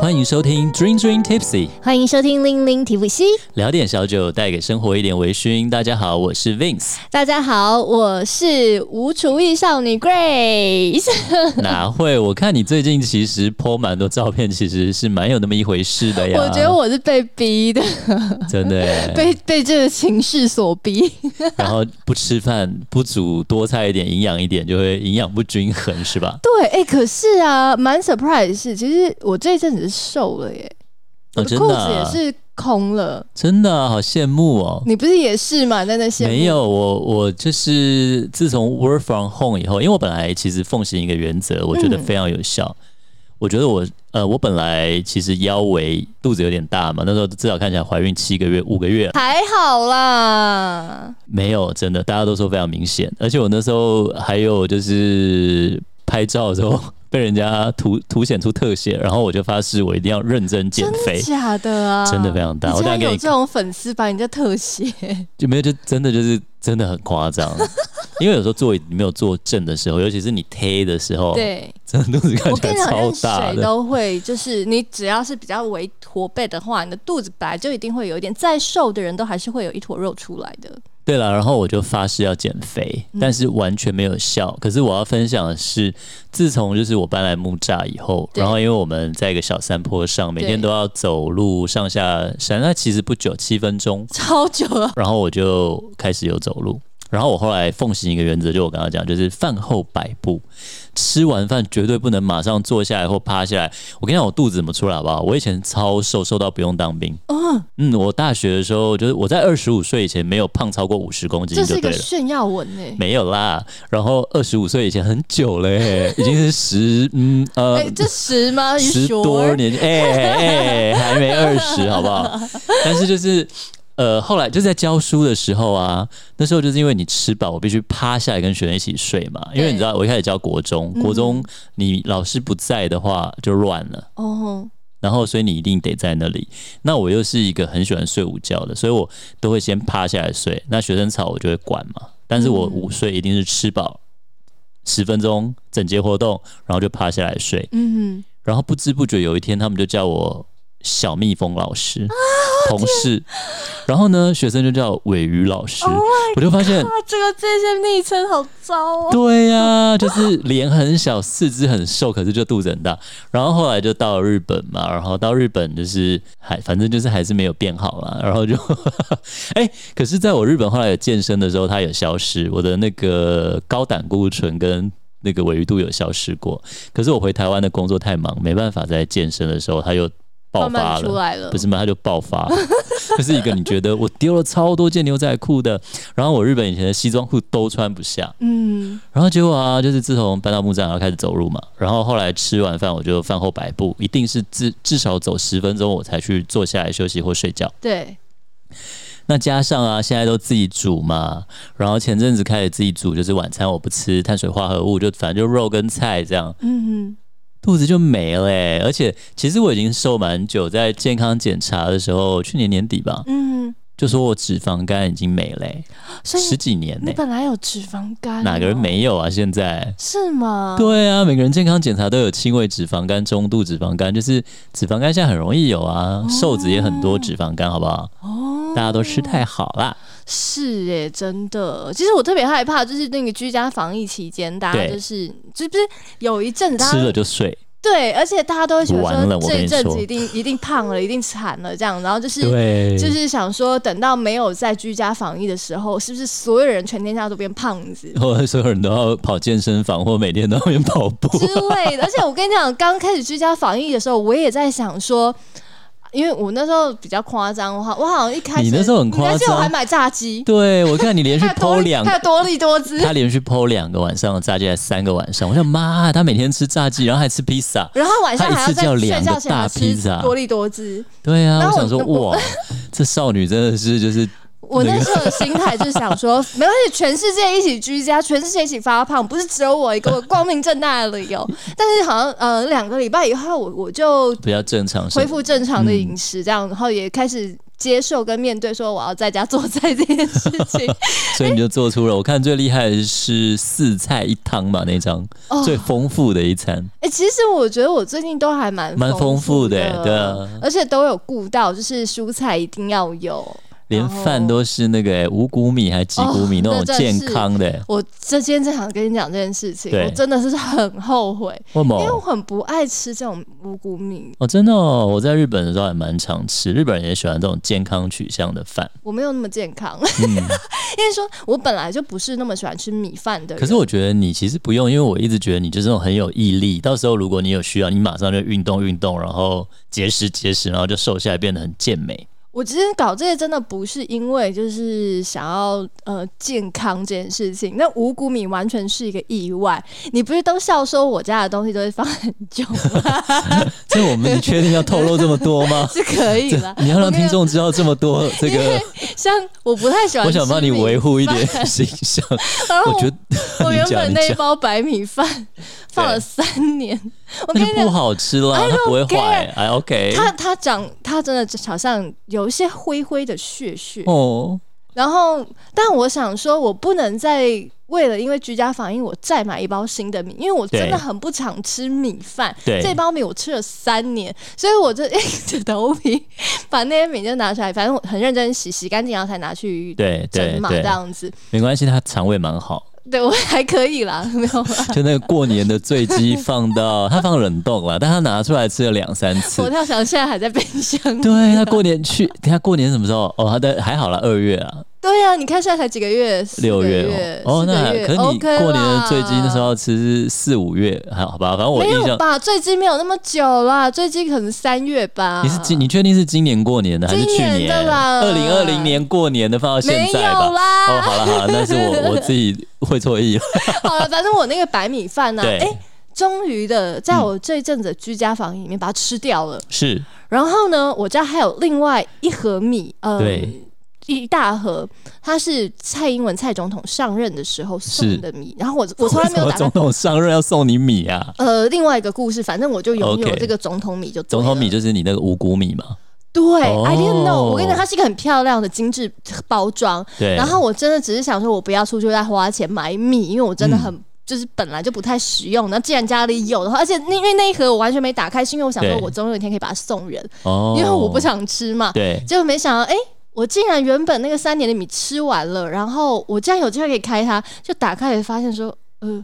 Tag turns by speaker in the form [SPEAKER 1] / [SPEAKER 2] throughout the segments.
[SPEAKER 1] 欢迎收听 Dream Dream Tipsy，
[SPEAKER 2] 欢迎收听《零零提不西》，
[SPEAKER 1] 聊点小酒，带给生活一点微醺。大家好，我是 Vince，
[SPEAKER 2] 大家好，我是无厨艺少女 Grace。
[SPEAKER 1] 哪会？我看你最近其实 po 蛮多照片，其实是蛮有那么一回事的呀。哎
[SPEAKER 2] 我觉得我是被逼的，
[SPEAKER 1] 真的 耶，
[SPEAKER 2] 被被这个情势所 逼。
[SPEAKER 1] 然后不吃饭，不煮多菜一点，营养一点，就会营养不均衡，是吧？
[SPEAKER 2] 对，哎、可是啊，蛮 surprise 的是，其实我这一阵子是瘦了耶，
[SPEAKER 1] 哦，
[SPEAKER 2] 我的
[SPEAKER 1] 真
[SPEAKER 2] 裤
[SPEAKER 1] 的
[SPEAKER 2] 子也
[SPEAKER 1] 啊、
[SPEAKER 2] 是空了。
[SPEAKER 1] 真的啊、好羡慕哦。
[SPEAKER 2] 你不是也是吗？在那些
[SPEAKER 1] 没有，我我就是自从 work from home 以后，因为我本来其实奉行一个原
[SPEAKER 2] 嗯
[SPEAKER 1] 则，我觉得非常有效。我觉得我呃，我本来其实腰围肚子有点大嘛，那时候至少看起来怀孕七个月、五个月，
[SPEAKER 2] 还好啦，
[SPEAKER 1] 没有真的，大家都说非常明显。而且我那时候还有就是拍照的时候 被人家凸凸显出特写，然后我就发誓我一定要认真减
[SPEAKER 2] 真
[SPEAKER 1] 肥
[SPEAKER 2] 的，假的啊？
[SPEAKER 1] 真的非常大
[SPEAKER 2] 你
[SPEAKER 1] 我
[SPEAKER 2] 竟
[SPEAKER 1] 等下
[SPEAKER 2] 然
[SPEAKER 1] 给
[SPEAKER 2] 有
[SPEAKER 1] 你
[SPEAKER 2] 这种粉丝把你的特写，
[SPEAKER 1] 就没有，就真的就是真的很夸张。因为有时候坐椅没有坐正的时 候，尤其是你贴的时候，
[SPEAKER 2] 对。
[SPEAKER 1] 真的肚子看
[SPEAKER 2] 我
[SPEAKER 1] 起
[SPEAKER 2] 跟
[SPEAKER 1] 来
[SPEAKER 2] 你 讲，
[SPEAKER 1] 超
[SPEAKER 2] 任
[SPEAKER 1] 大
[SPEAKER 2] 谁
[SPEAKER 1] 的。
[SPEAKER 2] 都会，就是你只要是比较微驼背的话，你的肚子本来就一定会有一点，再瘦的人都还是会有一坨肉出来的。
[SPEAKER 1] 对了，然后我就发誓要减肥，
[SPEAKER 2] 嗯
[SPEAKER 1] 但是完全没有效。可是我要分享的是，自从就是我搬来木栅以后，
[SPEAKER 2] 对
[SPEAKER 1] 然后因为我们在一个小山坡上，每天
[SPEAKER 2] 对
[SPEAKER 1] 都要走路上下山，那其实不久，七分钟。
[SPEAKER 2] 超久了，
[SPEAKER 1] 然后我就开始有走路。然后我后来奉行一个原则，就我刚刚讲，就是饭后百步，吃完饭绝对不能马上坐下来或趴下来。我跟你讲，我肚子怎么出来好不好？我以前超瘦，瘦到不用当兵。
[SPEAKER 2] 嗯，
[SPEAKER 1] 嗯，我大学的时候，就是我在二十五岁以前没有胖超过五十公斤
[SPEAKER 2] 这是
[SPEAKER 1] 就
[SPEAKER 2] 一
[SPEAKER 1] 对
[SPEAKER 2] 个
[SPEAKER 1] 了。
[SPEAKER 2] 炫耀文诶、
[SPEAKER 1] 没有啦，然后二十五岁以前很久了、欸，已经是十嗯呃
[SPEAKER 2] 哎、这十哦 吗？
[SPEAKER 1] 十多年，哎哎、 哎，还没二十，好不 好？但是就是。呃，后来就在教书的时候啊，那时候就是因为你吃饱，我必须趴下来跟学生一起睡嘛。因为
[SPEAKER 2] 对
[SPEAKER 1] 你知道，我一开始教国中，国中你老师不在的话就乱了，
[SPEAKER 2] 哦，
[SPEAKER 1] 然后所以你一定得在那里。那我又是一个很喜欢睡午觉的，所以我都会先趴下来睡。那学生吵我就会管嘛，但是我
[SPEAKER 2] 嗯
[SPEAKER 1] 午睡一定是吃饱十分钟整节活动，然后就趴下来睡。
[SPEAKER 2] 嗯，
[SPEAKER 1] 然后不知不觉有一天，他们就叫我小蜜蜂老师，同事。然后呢，学生就叫尾鱼老师。我就发现
[SPEAKER 2] 啊，，这个这些昵称好糟哦。
[SPEAKER 1] 对呀、就是脸很小，四肢很瘦，可是就肚子很大。然后后来就到了日本嘛，然后到日本就是还反正就是还是没有变好啦。然后就 哎、可是在我日本后来有健身的时候，它有消失，我的那个高胆固醇跟。那个尾鱼度有消失过，可是我回台湾的工作太忙，没办法在健身的时候，它又爆
[SPEAKER 2] 慢
[SPEAKER 1] 发
[SPEAKER 2] 慢
[SPEAKER 1] 了，
[SPEAKER 2] 出来了，
[SPEAKER 1] 不是吗？他就爆发了， 就是一个你觉得我丢了超多件牛仔裤的， 然后我日本以前的西装裤都穿不下，
[SPEAKER 2] 嗯，
[SPEAKER 1] 然后结果啊，就是自从搬到木栅，然后开始走路嘛，然后后来吃完饭我就饭后百步，一定是至至少走十分钟我才去坐下来休息或睡觉。
[SPEAKER 2] 对，
[SPEAKER 1] 那加上啊，现在都自己煮嘛，然后前阵子开始自己煮，就是晚餐我不吃碳水化合物，就反正就肉跟菜这样，
[SPEAKER 2] 嗯，
[SPEAKER 1] 肚子就没了、欸。而且其实我已经瘦蛮久，在健康检查的时候，去年年底吧，
[SPEAKER 2] 嗯，
[SPEAKER 1] 就说我脂肪肝已经没了欸、
[SPEAKER 2] 所以
[SPEAKER 1] 十几年呢、
[SPEAKER 2] 你本来有脂肪肝、哦
[SPEAKER 1] 哪个人？没有啊？现在。
[SPEAKER 2] 是吗？
[SPEAKER 1] 对啊，每个人健康检查都有轻微脂肪肝、中度脂肪肝，就是脂肪肝现在很容易有啊，瘦子也很多脂肪肝，好不好？
[SPEAKER 2] 哦，
[SPEAKER 1] 大家都吃太好啦。
[SPEAKER 2] 是耶，真的。其实我特别害怕，就是那个居家防疫期间，大家
[SPEAKER 1] 对
[SPEAKER 2] 就是是不是有一阵子大
[SPEAKER 1] 吃
[SPEAKER 2] 家
[SPEAKER 1] 了就睡，
[SPEAKER 2] 对，而且大家都会觉得
[SPEAKER 1] 完了我
[SPEAKER 2] 说这
[SPEAKER 1] 跟你
[SPEAKER 2] 一阵
[SPEAKER 1] 说
[SPEAKER 2] 子一定一定胖了，一定惨了这样，然后就是。
[SPEAKER 1] 对，
[SPEAKER 2] 就是想说，等到没有在居家防疫的时候，是不是所有人全天下都变胖子
[SPEAKER 1] 或者所有人都要跑健身房，或每天都要去跑步。
[SPEAKER 2] 之类的？而且我跟你讲，刚开始居家防疫的时候，我也在想说，因为我那时候比较夸张，我好我好像一开始
[SPEAKER 1] 你那时候很夸张
[SPEAKER 2] 你还记得我还买炸鸡，
[SPEAKER 1] 对，我看你连续
[SPEAKER 2] 还有多
[SPEAKER 1] 剖
[SPEAKER 2] 利
[SPEAKER 1] 两
[SPEAKER 2] 还有多利多姿，
[SPEAKER 1] 他连续剖两个晚上的炸鸡，还三个晚上。我想妈，他每天吃炸鸡，然后还吃披萨。
[SPEAKER 2] 然后晚上还要
[SPEAKER 1] 他
[SPEAKER 2] 在睡
[SPEAKER 1] 一次叫两
[SPEAKER 2] 觉
[SPEAKER 1] 个
[SPEAKER 2] 前
[SPEAKER 1] 大
[SPEAKER 2] 还
[SPEAKER 1] 披
[SPEAKER 2] 吃
[SPEAKER 1] 萨
[SPEAKER 2] 多利多汁。
[SPEAKER 1] 对啊，
[SPEAKER 2] 然
[SPEAKER 1] 我
[SPEAKER 2] 后我
[SPEAKER 1] 想说，
[SPEAKER 2] 我
[SPEAKER 1] 哇，这少女真的是就是
[SPEAKER 2] 我那时候的心态就是想说，没关系，全世界一起居家，全世界一起发胖，不是只有我一个，我光明正大的理由。但是好像呃，两个礼拜以后，我我就
[SPEAKER 1] 比较正常生活。
[SPEAKER 2] 恢复正常的饮食，这样，然后也开始接受跟面对说我要在家做菜这件事情。
[SPEAKER 1] 所以你就做出了。我看最厉害的是四菜一汤嘛，那张、
[SPEAKER 2] 哦
[SPEAKER 1] 最丰富的一餐。
[SPEAKER 2] 哎、其实我觉得我最近都还蛮
[SPEAKER 1] 蛮丰富的
[SPEAKER 2] 的，
[SPEAKER 1] 对啊
[SPEAKER 2] 而且都有顾到，就是蔬菜一定要有。
[SPEAKER 1] 连
[SPEAKER 2] 然后
[SPEAKER 1] 饭都是那个、欸、五谷米还几谷米、
[SPEAKER 2] 哦
[SPEAKER 1] 那
[SPEAKER 2] 那
[SPEAKER 1] 种
[SPEAKER 2] 真
[SPEAKER 1] 健
[SPEAKER 2] 是
[SPEAKER 1] 康的、欸，
[SPEAKER 2] 我这今天正想跟你讲这件事情，
[SPEAKER 1] 对哦
[SPEAKER 2] 我真的是很后悔，
[SPEAKER 1] 为什
[SPEAKER 2] 因为我
[SPEAKER 1] 么？
[SPEAKER 2] 很不爱吃这种五谷米，
[SPEAKER 1] 哦，真的哦，我在日本的时候还蛮常吃，日本人也喜欢这种健康取向的饭。
[SPEAKER 2] 我没有那么健康。
[SPEAKER 1] 嗯，
[SPEAKER 2] 因为说我本来就不是那么喜欢吃米饭的人，
[SPEAKER 1] 可是我觉得你其实不用，因为我一直觉得你就是那种很有毅力。到时候如果你有需要，你马上就运动运动，然后节食节食，然后就瘦下来，变得很健 美。
[SPEAKER 2] 我其实搞这些真的不是因为就是想要呃健康这件事情，那五谷米完全是一个意外。你不是都笑说我家的东西都会放很久吗？？
[SPEAKER 1] 这我们你确定要透露这么多吗
[SPEAKER 2] 是可以啦。
[SPEAKER 1] 你要让
[SPEAKER 2] 我跟
[SPEAKER 1] 听众知道这么多，这
[SPEAKER 2] 因
[SPEAKER 1] 个
[SPEAKER 2] 为像我不太喜欢，
[SPEAKER 1] 我想帮你维护一点 形象。
[SPEAKER 2] 然后
[SPEAKER 1] 我觉得
[SPEAKER 2] 我我
[SPEAKER 1] 你
[SPEAKER 2] 原
[SPEAKER 1] 讲
[SPEAKER 2] 本
[SPEAKER 1] 你
[SPEAKER 2] 那一
[SPEAKER 1] 讲
[SPEAKER 2] 包白米饭放了三年，我跟
[SPEAKER 1] 那
[SPEAKER 2] 你
[SPEAKER 1] 就
[SPEAKER 2] 讲
[SPEAKER 1] 不。好吃了，它不会坏。哎，OK，
[SPEAKER 2] 它它长，它真的好像有一些灰灰的血血，
[SPEAKER 1] 哦，
[SPEAKER 2] 然后，但我想说，我不能再为了因为居家防疫，我再买一包新的米，因为我真
[SPEAKER 1] 对
[SPEAKER 2] 的很不常吃米饭。
[SPEAKER 1] 对
[SPEAKER 2] 这包米我吃了三年，所以我就硬着头皮把那些米就拿出来，反正我很认真洗，洗干净，然后才拿去
[SPEAKER 1] 对对
[SPEAKER 2] 蒸嘛，
[SPEAKER 1] 对
[SPEAKER 2] 这样子。
[SPEAKER 1] 没关系，它肠胃蛮 好。
[SPEAKER 2] 对我还可以啦，没有啦，
[SPEAKER 1] 就那个过年的醉鸡放到它放冷冻了，但它拿出来吃了两三次
[SPEAKER 2] 佛。跳墙现在还在冰箱。
[SPEAKER 1] 对他过年去，他过年什么时候？哦，他的还好啦，二月啊，
[SPEAKER 2] 对呀、你看现在才几个月，四
[SPEAKER 1] 六
[SPEAKER 2] 个
[SPEAKER 1] 月哦。哦，
[SPEAKER 2] 四
[SPEAKER 1] 那还
[SPEAKER 2] 个月
[SPEAKER 1] 可是你
[SPEAKER 2] OK
[SPEAKER 1] 过年的最近
[SPEAKER 2] 啦
[SPEAKER 1] 那时候要吃四五月，还好吧？反正我
[SPEAKER 2] 没
[SPEAKER 1] 印
[SPEAKER 2] 有
[SPEAKER 1] 象
[SPEAKER 2] 吧？最近没有那么久啦，最近可能三月吧。
[SPEAKER 1] 你是今你确定是今年过年的还是去
[SPEAKER 2] 今年的啦
[SPEAKER 1] 二零二零年过年的放到现
[SPEAKER 2] 没有
[SPEAKER 1] 在吧？
[SPEAKER 2] 啦
[SPEAKER 1] 哦，好了好了，那是 我我自己会错意了。
[SPEAKER 2] 好了，反正我那个白米饭呢、
[SPEAKER 1] 对
[SPEAKER 2] 哎、终于的，在我这一阵子的居家防疫里面把它吃掉了。
[SPEAKER 1] 是
[SPEAKER 2] 然后呢，我家还有另外一盒米，呃，
[SPEAKER 1] 对
[SPEAKER 2] 一大盒，它是蔡英文蔡总统上任的时候送的米。然后我我从来没有
[SPEAKER 1] 为什么
[SPEAKER 2] 打算
[SPEAKER 1] 总。统上任要送你米啊？
[SPEAKER 2] 呃，另外一个故事，反正我就拥
[SPEAKER 1] OK
[SPEAKER 2] 有这个总统米就对
[SPEAKER 1] 总
[SPEAKER 2] 了
[SPEAKER 1] 统米就是你那个五谷米嘛？
[SPEAKER 2] 对、
[SPEAKER 1] 哦
[SPEAKER 2] i didn't know。我跟你讲，它是一个很漂亮的精致包装，
[SPEAKER 1] 对，
[SPEAKER 2] 然后我真的只是想说，我不要出去再花钱买米，因为我真的很。
[SPEAKER 1] 嗯
[SPEAKER 2] 就是本来就不太实用，那既然家里有的话，而且那因为那一盒我完全没打开，是因为我想说
[SPEAKER 1] 对
[SPEAKER 2] 我总有一天可以把它送人，
[SPEAKER 1] 哦
[SPEAKER 2] 因为我不想吃嘛。
[SPEAKER 1] 对。
[SPEAKER 2] 结果没想到，哎、我竟然原本那个三年的米吃完了，然后我竟然有机会可以开它，就打开也发现说，呃，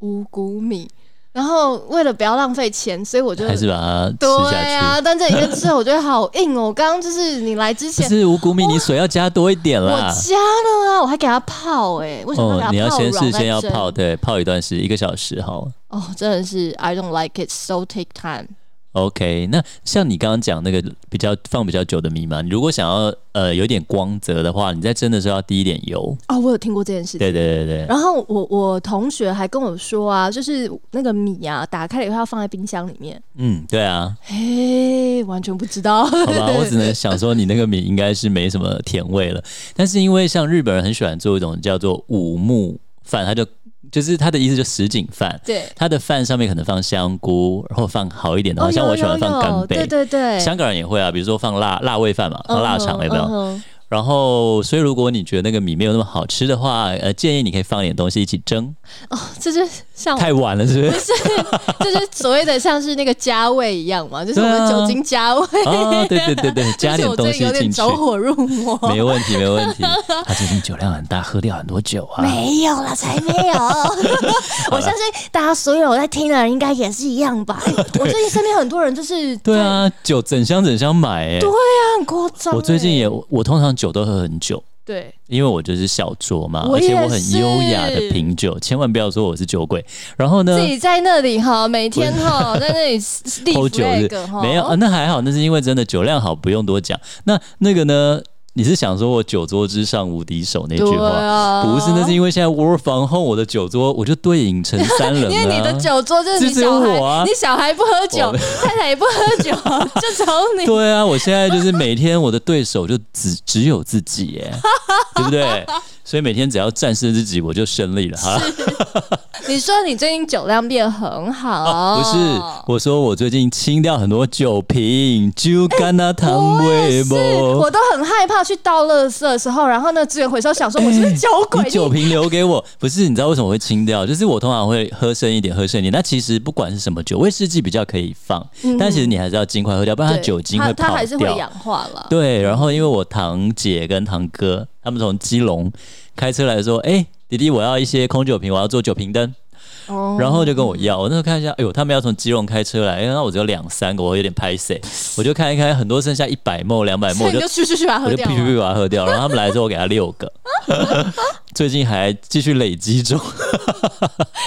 [SPEAKER 2] 五谷米。然后为了不要浪费钱，所以我就
[SPEAKER 1] 还是把它吃下
[SPEAKER 2] 对
[SPEAKER 1] 去。
[SPEAKER 2] 啊，但这一个吃了我觉得好硬哦。我刚刚就是你来之
[SPEAKER 1] 可
[SPEAKER 2] 前，
[SPEAKER 1] 是五谷米，你水要加多一点
[SPEAKER 2] 我
[SPEAKER 1] 啦。
[SPEAKER 2] 加了啊，我还给它泡哎、我想
[SPEAKER 1] 哦
[SPEAKER 2] 要，
[SPEAKER 1] 你
[SPEAKER 2] 给它
[SPEAKER 1] 要
[SPEAKER 2] 泡
[SPEAKER 1] 先
[SPEAKER 2] 软
[SPEAKER 1] 事
[SPEAKER 2] 再
[SPEAKER 1] 先要
[SPEAKER 2] 蒸
[SPEAKER 1] 泡，对，泡一段时一个小时好了。
[SPEAKER 2] 哦，真的是 I don't like it, so take time。
[SPEAKER 1] OK，那像你刚刚讲那个比较放比较久的米嘛，你如果想要呃有点光泽的话，你在蒸的时候要滴一点油。
[SPEAKER 2] 哦，我有听过这件事情。
[SPEAKER 1] 对对对对，
[SPEAKER 2] 然后我我同学还跟我说啊，就是那个米啊，打开了以后要放在冰箱里面。
[SPEAKER 1] 嗯，对啊，
[SPEAKER 2] 嘿，完全不知道。
[SPEAKER 1] 好吧，我只能想说你那个米应该是没什么甜味了。但是因为像日本人很喜欢做一种叫做五木饭，它就就是它的意思就什锦饭，
[SPEAKER 2] 对，
[SPEAKER 1] 它的饭上面可能放香菇，然后放好一点的话，
[SPEAKER 2] 哦，
[SPEAKER 1] 像
[SPEAKER 2] 有
[SPEAKER 1] 我喜欢
[SPEAKER 2] 有
[SPEAKER 1] 放干
[SPEAKER 2] 有
[SPEAKER 1] 贝，
[SPEAKER 2] 对对对，嗯
[SPEAKER 1] 香港人也会啊，比如说放辣辣味饭嘛，放腊肠有没有？
[SPEAKER 2] 有？
[SPEAKER 1] 然后，所以如果你觉得那个米没有那么好吃的话，呃，建议你可以放一点东西一起蒸。
[SPEAKER 2] 哦这就像
[SPEAKER 1] 太晚了，是不是？
[SPEAKER 2] 这就所谓的像是那个加味一样嘛，就是我
[SPEAKER 1] 对啊
[SPEAKER 2] 们酒精加味。
[SPEAKER 1] 啊，对 对对对， 加
[SPEAKER 2] 就是
[SPEAKER 1] 点
[SPEAKER 2] 我
[SPEAKER 1] 东
[SPEAKER 2] 这
[SPEAKER 1] 西
[SPEAKER 2] 有
[SPEAKER 1] 进
[SPEAKER 2] 点
[SPEAKER 1] 去，
[SPEAKER 2] 走火入魔。
[SPEAKER 1] 没问题，没问题。他最近酒量很大，喝掉很多酒啊。
[SPEAKER 2] 没有啦，才没 有！ 我相信大家所有在听的人应该也是一样 吧。我最近身边很多人就是
[SPEAKER 1] 对，啊，酒整箱整箱买、欸。
[SPEAKER 2] 他很夸张欸。
[SPEAKER 1] 我最近也，我通常酒都喝很久。
[SPEAKER 2] 对
[SPEAKER 1] 因为我就是小酌嘛，
[SPEAKER 2] 我
[SPEAKER 1] 而且
[SPEAKER 2] 也
[SPEAKER 1] 我很优雅的
[SPEAKER 2] 是
[SPEAKER 1] 品酒，千万不要说我是酒鬼。然后呢
[SPEAKER 2] 自，己在那里哈，每天哈 在那里立
[SPEAKER 1] 偷酒日
[SPEAKER 2] flag 哈，
[SPEAKER 1] 没有、啊，那还好，那是因为真的酒量好，不用多讲。那那个呢？你是想说我酒桌之上无敌手那句
[SPEAKER 2] 对
[SPEAKER 1] 话？
[SPEAKER 2] 啊，
[SPEAKER 1] 不是，那是因为现在 work from home，我的酒桌我就对影成三人了、
[SPEAKER 2] 因为你的酒桌就是你
[SPEAKER 1] 这只有
[SPEAKER 2] 小
[SPEAKER 1] 啊我啊哦
[SPEAKER 2] 孩，你小孩不喝酒
[SPEAKER 1] 我们，
[SPEAKER 2] 太太也不 喝酒，就只有你。
[SPEAKER 1] 对啊，我现在就是每天我的对手就只只有自己耶，对不对？所以每天只要战胜自己，我就胜利了哈。
[SPEAKER 2] 你说你最近酒量变很 好，
[SPEAKER 1] 啊不是，
[SPEAKER 2] 哦
[SPEAKER 1] 我说我最近清掉很多酒瓶，酒干啊那糖味
[SPEAKER 2] 是
[SPEAKER 1] 不
[SPEAKER 2] 我？都很害怕去倒垃圾的时候，然后那资源回收 想说我是不是酒鬼，
[SPEAKER 1] 你酒瓶留给我，不是？你知道为什么会清掉？就是我通常会喝剩一点，喝剩一点。那其实不管是什么酒，威士忌比较可以放，但其实你还是要尽快喝掉，不然它
[SPEAKER 2] 嗯对
[SPEAKER 1] 酒精
[SPEAKER 2] 它
[SPEAKER 1] 会
[SPEAKER 2] 它
[SPEAKER 1] 跑
[SPEAKER 2] 还是会
[SPEAKER 1] 掉。
[SPEAKER 2] 氧化了。
[SPEAKER 1] 对，然后因为我堂姐跟堂哥他们从基隆开车来说，哎、弟弟，我要一些空酒瓶，我要做酒瓶灯，
[SPEAKER 2] 哦
[SPEAKER 1] 然后就跟我要。我那时候看一下，哎呦，他们要从基隆开车来，哎那我只有两三个，我有点拍谁，我就看一看，很多剩下一百沫、两百沫，
[SPEAKER 2] 所
[SPEAKER 1] 我
[SPEAKER 2] 以你
[SPEAKER 1] 就
[SPEAKER 2] 就去去去把它
[SPEAKER 1] 我
[SPEAKER 2] 喝
[SPEAKER 1] 就
[SPEAKER 2] 掉
[SPEAKER 1] 必须必
[SPEAKER 2] 了。
[SPEAKER 1] 把它喝掉。然后他们来之后，我给他六个， 最近还继续累积中。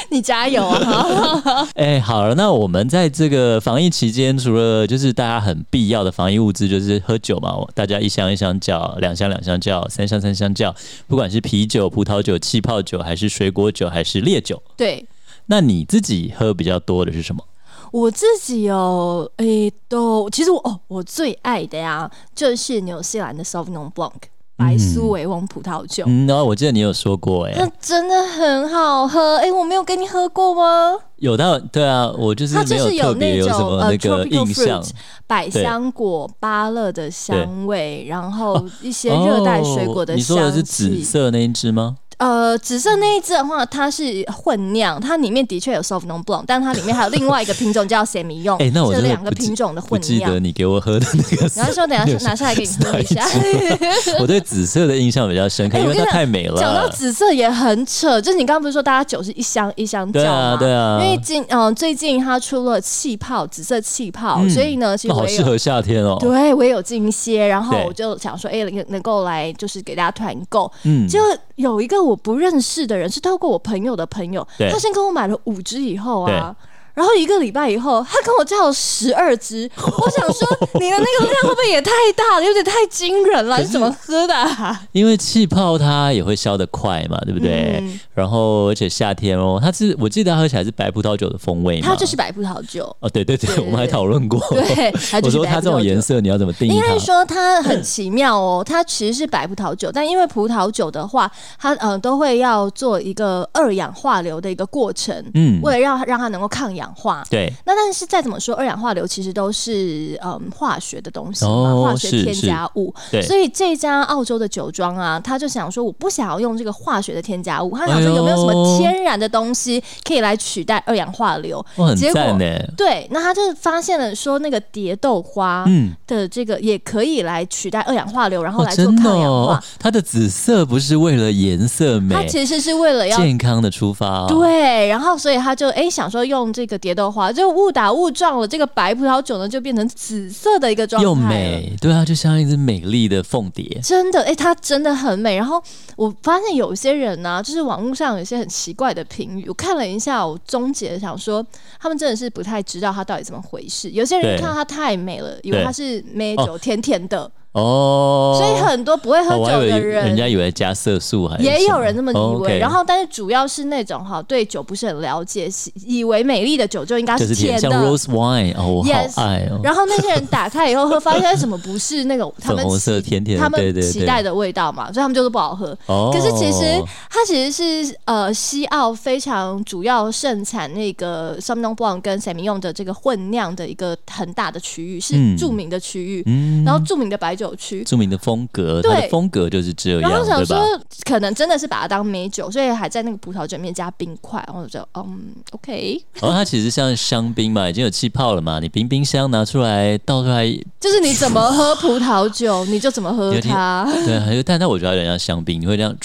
[SPEAKER 2] 你加油啊！
[SPEAKER 1] 哎、好了，那我们在这个防疫期间，除了就是大家很必要的防疫物资，就是喝酒嘛，大家一箱一箱叫，两箱两箱叫，三箱三箱叫，不管是啤酒、葡萄酒、气泡酒，还是水果酒，还是烈酒，
[SPEAKER 2] 对，
[SPEAKER 1] 那你自己喝比较多的是什么？
[SPEAKER 2] 我自己哦，诶、都其实我哦，我最爱的呀，就是纽西兰的 Sauvignon Blanc 白苏维翁葡萄酒，
[SPEAKER 1] 嗯，然后我记得你有说过、哎、
[SPEAKER 2] 那真的很好喝。诶、我没有跟你喝过吗？
[SPEAKER 1] 有到对啊，我就是
[SPEAKER 2] 它
[SPEAKER 1] 没
[SPEAKER 2] 就是
[SPEAKER 1] 特别
[SPEAKER 2] 那
[SPEAKER 1] 有什
[SPEAKER 2] 种
[SPEAKER 1] 么
[SPEAKER 2] 呃
[SPEAKER 1] 那个
[SPEAKER 2] tropical
[SPEAKER 1] 印象
[SPEAKER 2] fruit 百香果、芭乐的香味，然后一些热带水果
[SPEAKER 1] 哦
[SPEAKER 2] 的
[SPEAKER 1] 你
[SPEAKER 2] 香
[SPEAKER 1] 说的
[SPEAKER 2] 气。
[SPEAKER 1] 是紫色那一只吗？
[SPEAKER 2] 呃，紫色那一支的话，它是混酿，它里面的确有 Sauvignon Blanc，但它里面还有另外一个品种叫 Semillon，
[SPEAKER 1] 哎那我
[SPEAKER 2] 是
[SPEAKER 1] 真的
[SPEAKER 2] 两个
[SPEAKER 1] 不记
[SPEAKER 2] 品种的
[SPEAKER 1] 不
[SPEAKER 2] 混
[SPEAKER 1] 记
[SPEAKER 2] 酿
[SPEAKER 1] 得。你给我喝的那个是
[SPEAKER 2] 然后说等一下拿下来给你 喝一下。
[SPEAKER 1] 我对紫色的印象比较深刻，
[SPEAKER 2] 哎
[SPEAKER 1] 因为
[SPEAKER 2] 我跟
[SPEAKER 1] 它太
[SPEAKER 2] 你
[SPEAKER 1] 美
[SPEAKER 2] 讲到
[SPEAKER 1] 了。
[SPEAKER 2] 紫色也很扯，就是你刚刚不是说大家酒是一箱一箱叫
[SPEAKER 1] 对啊
[SPEAKER 2] 吗？
[SPEAKER 1] 对啊
[SPEAKER 2] 因为近嗯、最近它出了气泡紫色气泡，
[SPEAKER 1] 嗯
[SPEAKER 2] 所以呢，其实
[SPEAKER 1] 那好
[SPEAKER 2] 我也
[SPEAKER 1] 适
[SPEAKER 2] 有。
[SPEAKER 1] 合夏天哦。
[SPEAKER 2] 对，我也有进一些，然后
[SPEAKER 1] 对
[SPEAKER 2] 我就想说，哎、能能够来就是给大家团购，
[SPEAKER 1] 嗯，
[SPEAKER 2] 就有一个我不认识的人，是透过我朋友的朋友，
[SPEAKER 1] 对
[SPEAKER 2] 他先跟我买了五支以后啊，然后一个礼拜以后，他跟我叫了十二 支，我想说你的那个量会不会也太大了，有点太惊人了，
[SPEAKER 1] 可
[SPEAKER 2] 你
[SPEAKER 1] 是
[SPEAKER 2] 怎么喝的、啊？
[SPEAKER 1] 因为气泡它也会消得快嘛，对不对？
[SPEAKER 2] 嗯
[SPEAKER 1] 然后而且夏天哦，它是我记得它喝起来是白葡萄酒的风味嘛。
[SPEAKER 2] 它就是白葡萄酒，
[SPEAKER 1] 哦，对对对，
[SPEAKER 2] 对对
[SPEAKER 1] 我们还讨论过。
[SPEAKER 2] 对，它
[SPEAKER 1] 我
[SPEAKER 2] 就是
[SPEAKER 1] 说
[SPEAKER 2] 白
[SPEAKER 1] 它
[SPEAKER 2] 葡
[SPEAKER 1] 这
[SPEAKER 2] 萄
[SPEAKER 1] 种颜
[SPEAKER 2] 酒。
[SPEAKER 1] 色你要怎么定义
[SPEAKER 2] 应该
[SPEAKER 1] 它？
[SPEAKER 2] 是说它很奇 妙哦，它其实是白葡萄酒，但因为葡萄酒的话，它呃都会要做一个二氧化硫的一个过程，
[SPEAKER 1] 嗯，
[SPEAKER 2] 为了让让它能够抗氧化。
[SPEAKER 1] 对，
[SPEAKER 2] 那但是再怎么说，二氧化硫其实都是嗯化学的东西嘛，
[SPEAKER 1] 哦
[SPEAKER 2] 化学
[SPEAKER 1] 是
[SPEAKER 2] 添加物。
[SPEAKER 1] 对
[SPEAKER 2] 所以这家澳洲的酒庄啊，他就想说，我不想要用这个化学的添加物，他想说有没有什
[SPEAKER 1] 哎呦
[SPEAKER 2] 么天然的东西可以来取代二氧化硫？
[SPEAKER 1] 哦哇，很
[SPEAKER 2] 结果
[SPEAKER 1] 赞呢。
[SPEAKER 2] 对，那他就发现了说那个蝶豆花
[SPEAKER 1] 嗯，
[SPEAKER 2] 的这个也可以来取代二氧化硫，然啊后
[SPEAKER 1] 哦，
[SPEAKER 2] 来做
[SPEAKER 1] 真的
[SPEAKER 2] 抗氧
[SPEAKER 1] 哦
[SPEAKER 2] 化。，
[SPEAKER 1] 它的紫色不是为了颜色
[SPEAKER 2] 它
[SPEAKER 1] 美，
[SPEAKER 2] 其实是为了要
[SPEAKER 1] 健康的出发哦。
[SPEAKER 2] 对，然后所以他就哎想说用这个蝶豆花，就误打误撞了，这个白葡萄酒呢就变成紫色的一个状态，
[SPEAKER 1] 又。美，对啊，就像一只美丽的凤蝶。
[SPEAKER 2] 真的，哎、它真的很美。然后我发现有一些人呢、就是网络上有一些很奇怪的评语，我看了一下，我终结想说，他们真的是不太知道它到底怎么回事。有些
[SPEAKER 1] 对
[SPEAKER 2] 人看到它太美了，以为
[SPEAKER 1] 对
[SPEAKER 2] 它是美酒，甜甜的，
[SPEAKER 1] 哦，
[SPEAKER 2] 所以很多不会喝
[SPEAKER 1] 哦我还
[SPEAKER 2] 酒
[SPEAKER 1] 以为
[SPEAKER 2] 的
[SPEAKER 1] 人家以为加色素还是
[SPEAKER 2] 也
[SPEAKER 1] 什
[SPEAKER 2] 有人这么以为，
[SPEAKER 1] 哦，OK
[SPEAKER 2] 然后但是主要是那种哈对酒不是很了解，喜以为美丽的酒就应该
[SPEAKER 1] 就是
[SPEAKER 2] 甜
[SPEAKER 1] 甜，
[SPEAKER 2] 的，
[SPEAKER 1] 像 rose wine 哦，我好
[SPEAKER 2] Yes
[SPEAKER 1] 爱哦，
[SPEAKER 2] 然后那些人打开以后会发现，哎怎么不 是那种他
[SPEAKER 1] 粉
[SPEAKER 2] 们
[SPEAKER 1] 红
[SPEAKER 2] 期
[SPEAKER 1] 色甜甜的，
[SPEAKER 2] 他
[SPEAKER 1] 对
[SPEAKER 2] 们
[SPEAKER 1] 对
[SPEAKER 2] 期
[SPEAKER 1] 对，
[SPEAKER 2] 待的味道嘛？所以他们就说不好喝。
[SPEAKER 1] 哦，
[SPEAKER 2] 可是其实它其实是呃西澳非常主要盛产那个 s a u v i g n o n Blanc 跟 s a m i g n o n 的这个混酿的一个很大的区域，是
[SPEAKER 1] 嗯
[SPEAKER 2] 著名的区域，
[SPEAKER 1] 嗯
[SPEAKER 2] 然后著名的白酒区。
[SPEAKER 1] 著名的风格，
[SPEAKER 2] 对
[SPEAKER 1] 它的风格就是这
[SPEAKER 2] 然
[SPEAKER 1] 样，
[SPEAKER 2] 后想
[SPEAKER 1] 对吧？
[SPEAKER 2] 说，可能真的是把它当美酒，所以还在那个葡萄酒里面加冰块。然后我就嗯，OK，
[SPEAKER 1] 然后哦它其实像香槟嘛，已经有气泡了嘛，你冰冰箱拿出来倒出来，
[SPEAKER 2] 就是你怎么喝葡萄酒，你就怎么喝
[SPEAKER 1] 有点
[SPEAKER 2] 它。
[SPEAKER 1] 对，还有但但我觉得有点像香槟，你会这样，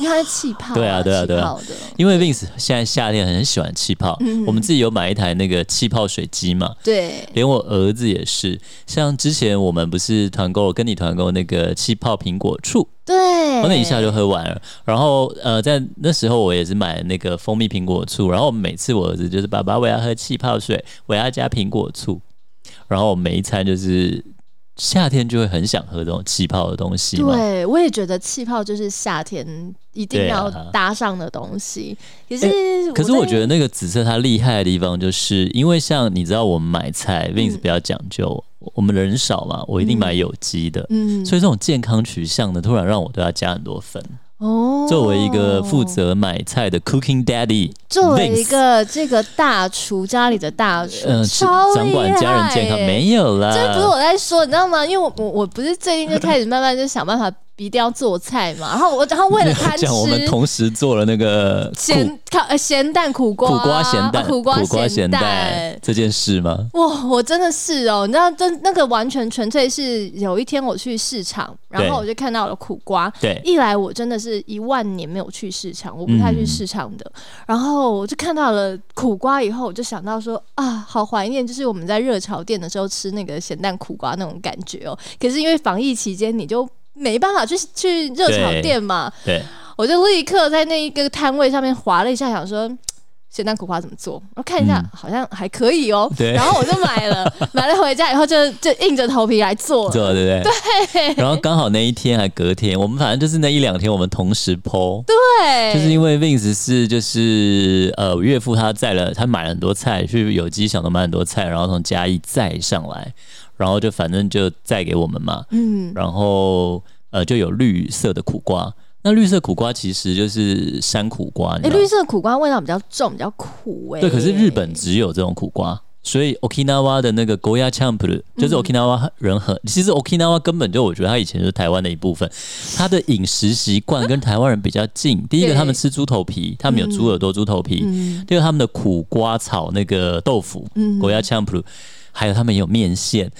[SPEAKER 2] 因为它是气泡啊，
[SPEAKER 1] 对啊对啊对啊
[SPEAKER 2] 气泡的。
[SPEAKER 1] 因为 Vince 现在夏天很喜欢气泡，
[SPEAKER 2] 嗯
[SPEAKER 1] 我们自己有买一台那个气泡水机嘛，
[SPEAKER 2] 对，
[SPEAKER 1] 连我儿子也是，像之前我们不是团购，跟你团购那个气泡苹果醋，
[SPEAKER 2] 对，
[SPEAKER 1] 哦，那一下就喝完了。然后呃，在那时候我也是买那个蜂蜜苹果醋，然后每次我儿子就是爸爸我要喝气泡水，我要加苹果醋，然后我每一餐就是夏天就会很想喝这种气泡的东西嘛。
[SPEAKER 2] 对，我也觉得气泡就是夏天一定
[SPEAKER 1] 对啊
[SPEAKER 2] 要搭上的东西。也是，
[SPEAKER 1] 可是我觉得那个紫色它厉害的地方，就是因为像你知道我们买菜，Vince
[SPEAKER 2] 嗯
[SPEAKER 1] 比较讲究，我们人少嘛，我一定买有机的，
[SPEAKER 2] 嗯，
[SPEAKER 1] 所以这种健康取向的，突然让我对它加很多分。
[SPEAKER 2] 哦，
[SPEAKER 1] 作为一个负责买菜的 Cooking Daddy，
[SPEAKER 2] 作为一
[SPEAKER 1] Vince
[SPEAKER 2] 个这个大厨家里的大厨，
[SPEAKER 1] 嗯、是
[SPEAKER 2] 超
[SPEAKER 1] 掌管家人健康
[SPEAKER 2] 厉害耶
[SPEAKER 1] 没有啦，
[SPEAKER 2] 这不是我在说，你知道吗？因为我我我不是最近就开始慢慢就想办法一定要做菜嘛，然后我然后为了贪 吃
[SPEAKER 1] 讲，我们同时做了那个苦
[SPEAKER 2] 咸烤呃咸蛋苦瓜
[SPEAKER 1] 苦瓜咸蛋、
[SPEAKER 2] 啊苦瓜咸
[SPEAKER 1] 蛋。这件事吗？
[SPEAKER 2] 哇，我真的是哦，你知道，真那个完全纯粹是有一天我去市场，然后我就看到了苦瓜。
[SPEAKER 1] 对，
[SPEAKER 2] 一来我真的是一万年没有去市场，我不太
[SPEAKER 1] 嗯
[SPEAKER 2] 去市场的。然后我就看到了苦瓜以后，我就想到说啊，好怀念，就是我们在热炒店的时候吃那个咸蛋苦瓜那种感觉哦。可是因为防疫期间，你就没办法去去热炒
[SPEAKER 1] 对
[SPEAKER 2] 店嘛，
[SPEAKER 1] 对，
[SPEAKER 2] 我就立刻在那一个摊位上面划了一下，想说。咸蛋苦瓜怎么做？我看一下，
[SPEAKER 1] 嗯
[SPEAKER 2] 好像还可以哦、
[SPEAKER 1] 对
[SPEAKER 2] 然后我就 买了，买了回家以后就就硬着头皮来做了。
[SPEAKER 1] 做了对不对？对。然后刚好那一天还隔天，我们反正就是那一两天，我们同时剖。
[SPEAKER 2] 对，
[SPEAKER 1] 就是因为 Vince 是就是呃，我岳父他载了，他买了很多菜，去有机小农买很多菜，然后从嘉义载上来，然后就反正就载给我们嘛，
[SPEAKER 2] 嗯，
[SPEAKER 1] 然后呃就有绿色的苦瓜。那绿色苦瓜其实就是山苦瓜，你
[SPEAKER 2] 哎、
[SPEAKER 1] 知道吗
[SPEAKER 2] 绿色苦瓜味道比较重，比较苦哎、
[SPEAKER 1] 对，可是日本只有这种苦瓜，所以 Okinawa 的那个 Goya Champ
[SPEAKER 2] 嗯
[SPEAKER 1] 就是 Okinawa 人很，其实 Okinawa 根本就我觉得他以前就是台湾的一部分，他的饮食习惯跟台湾人比较近。第一个，
[SPEAKER 2] 对
[SPEAKER 1] 他们吃猪头皮，他们有猪耳朵、猪头皮；
[SPEAKER 2] 嗯
[SPEAKER 1] 第二，他们的苦瓜炒那个豆腐
[SPEAKER 2] 嗯
[SPEAKER 1] Goya Champ，还有他们也有面线。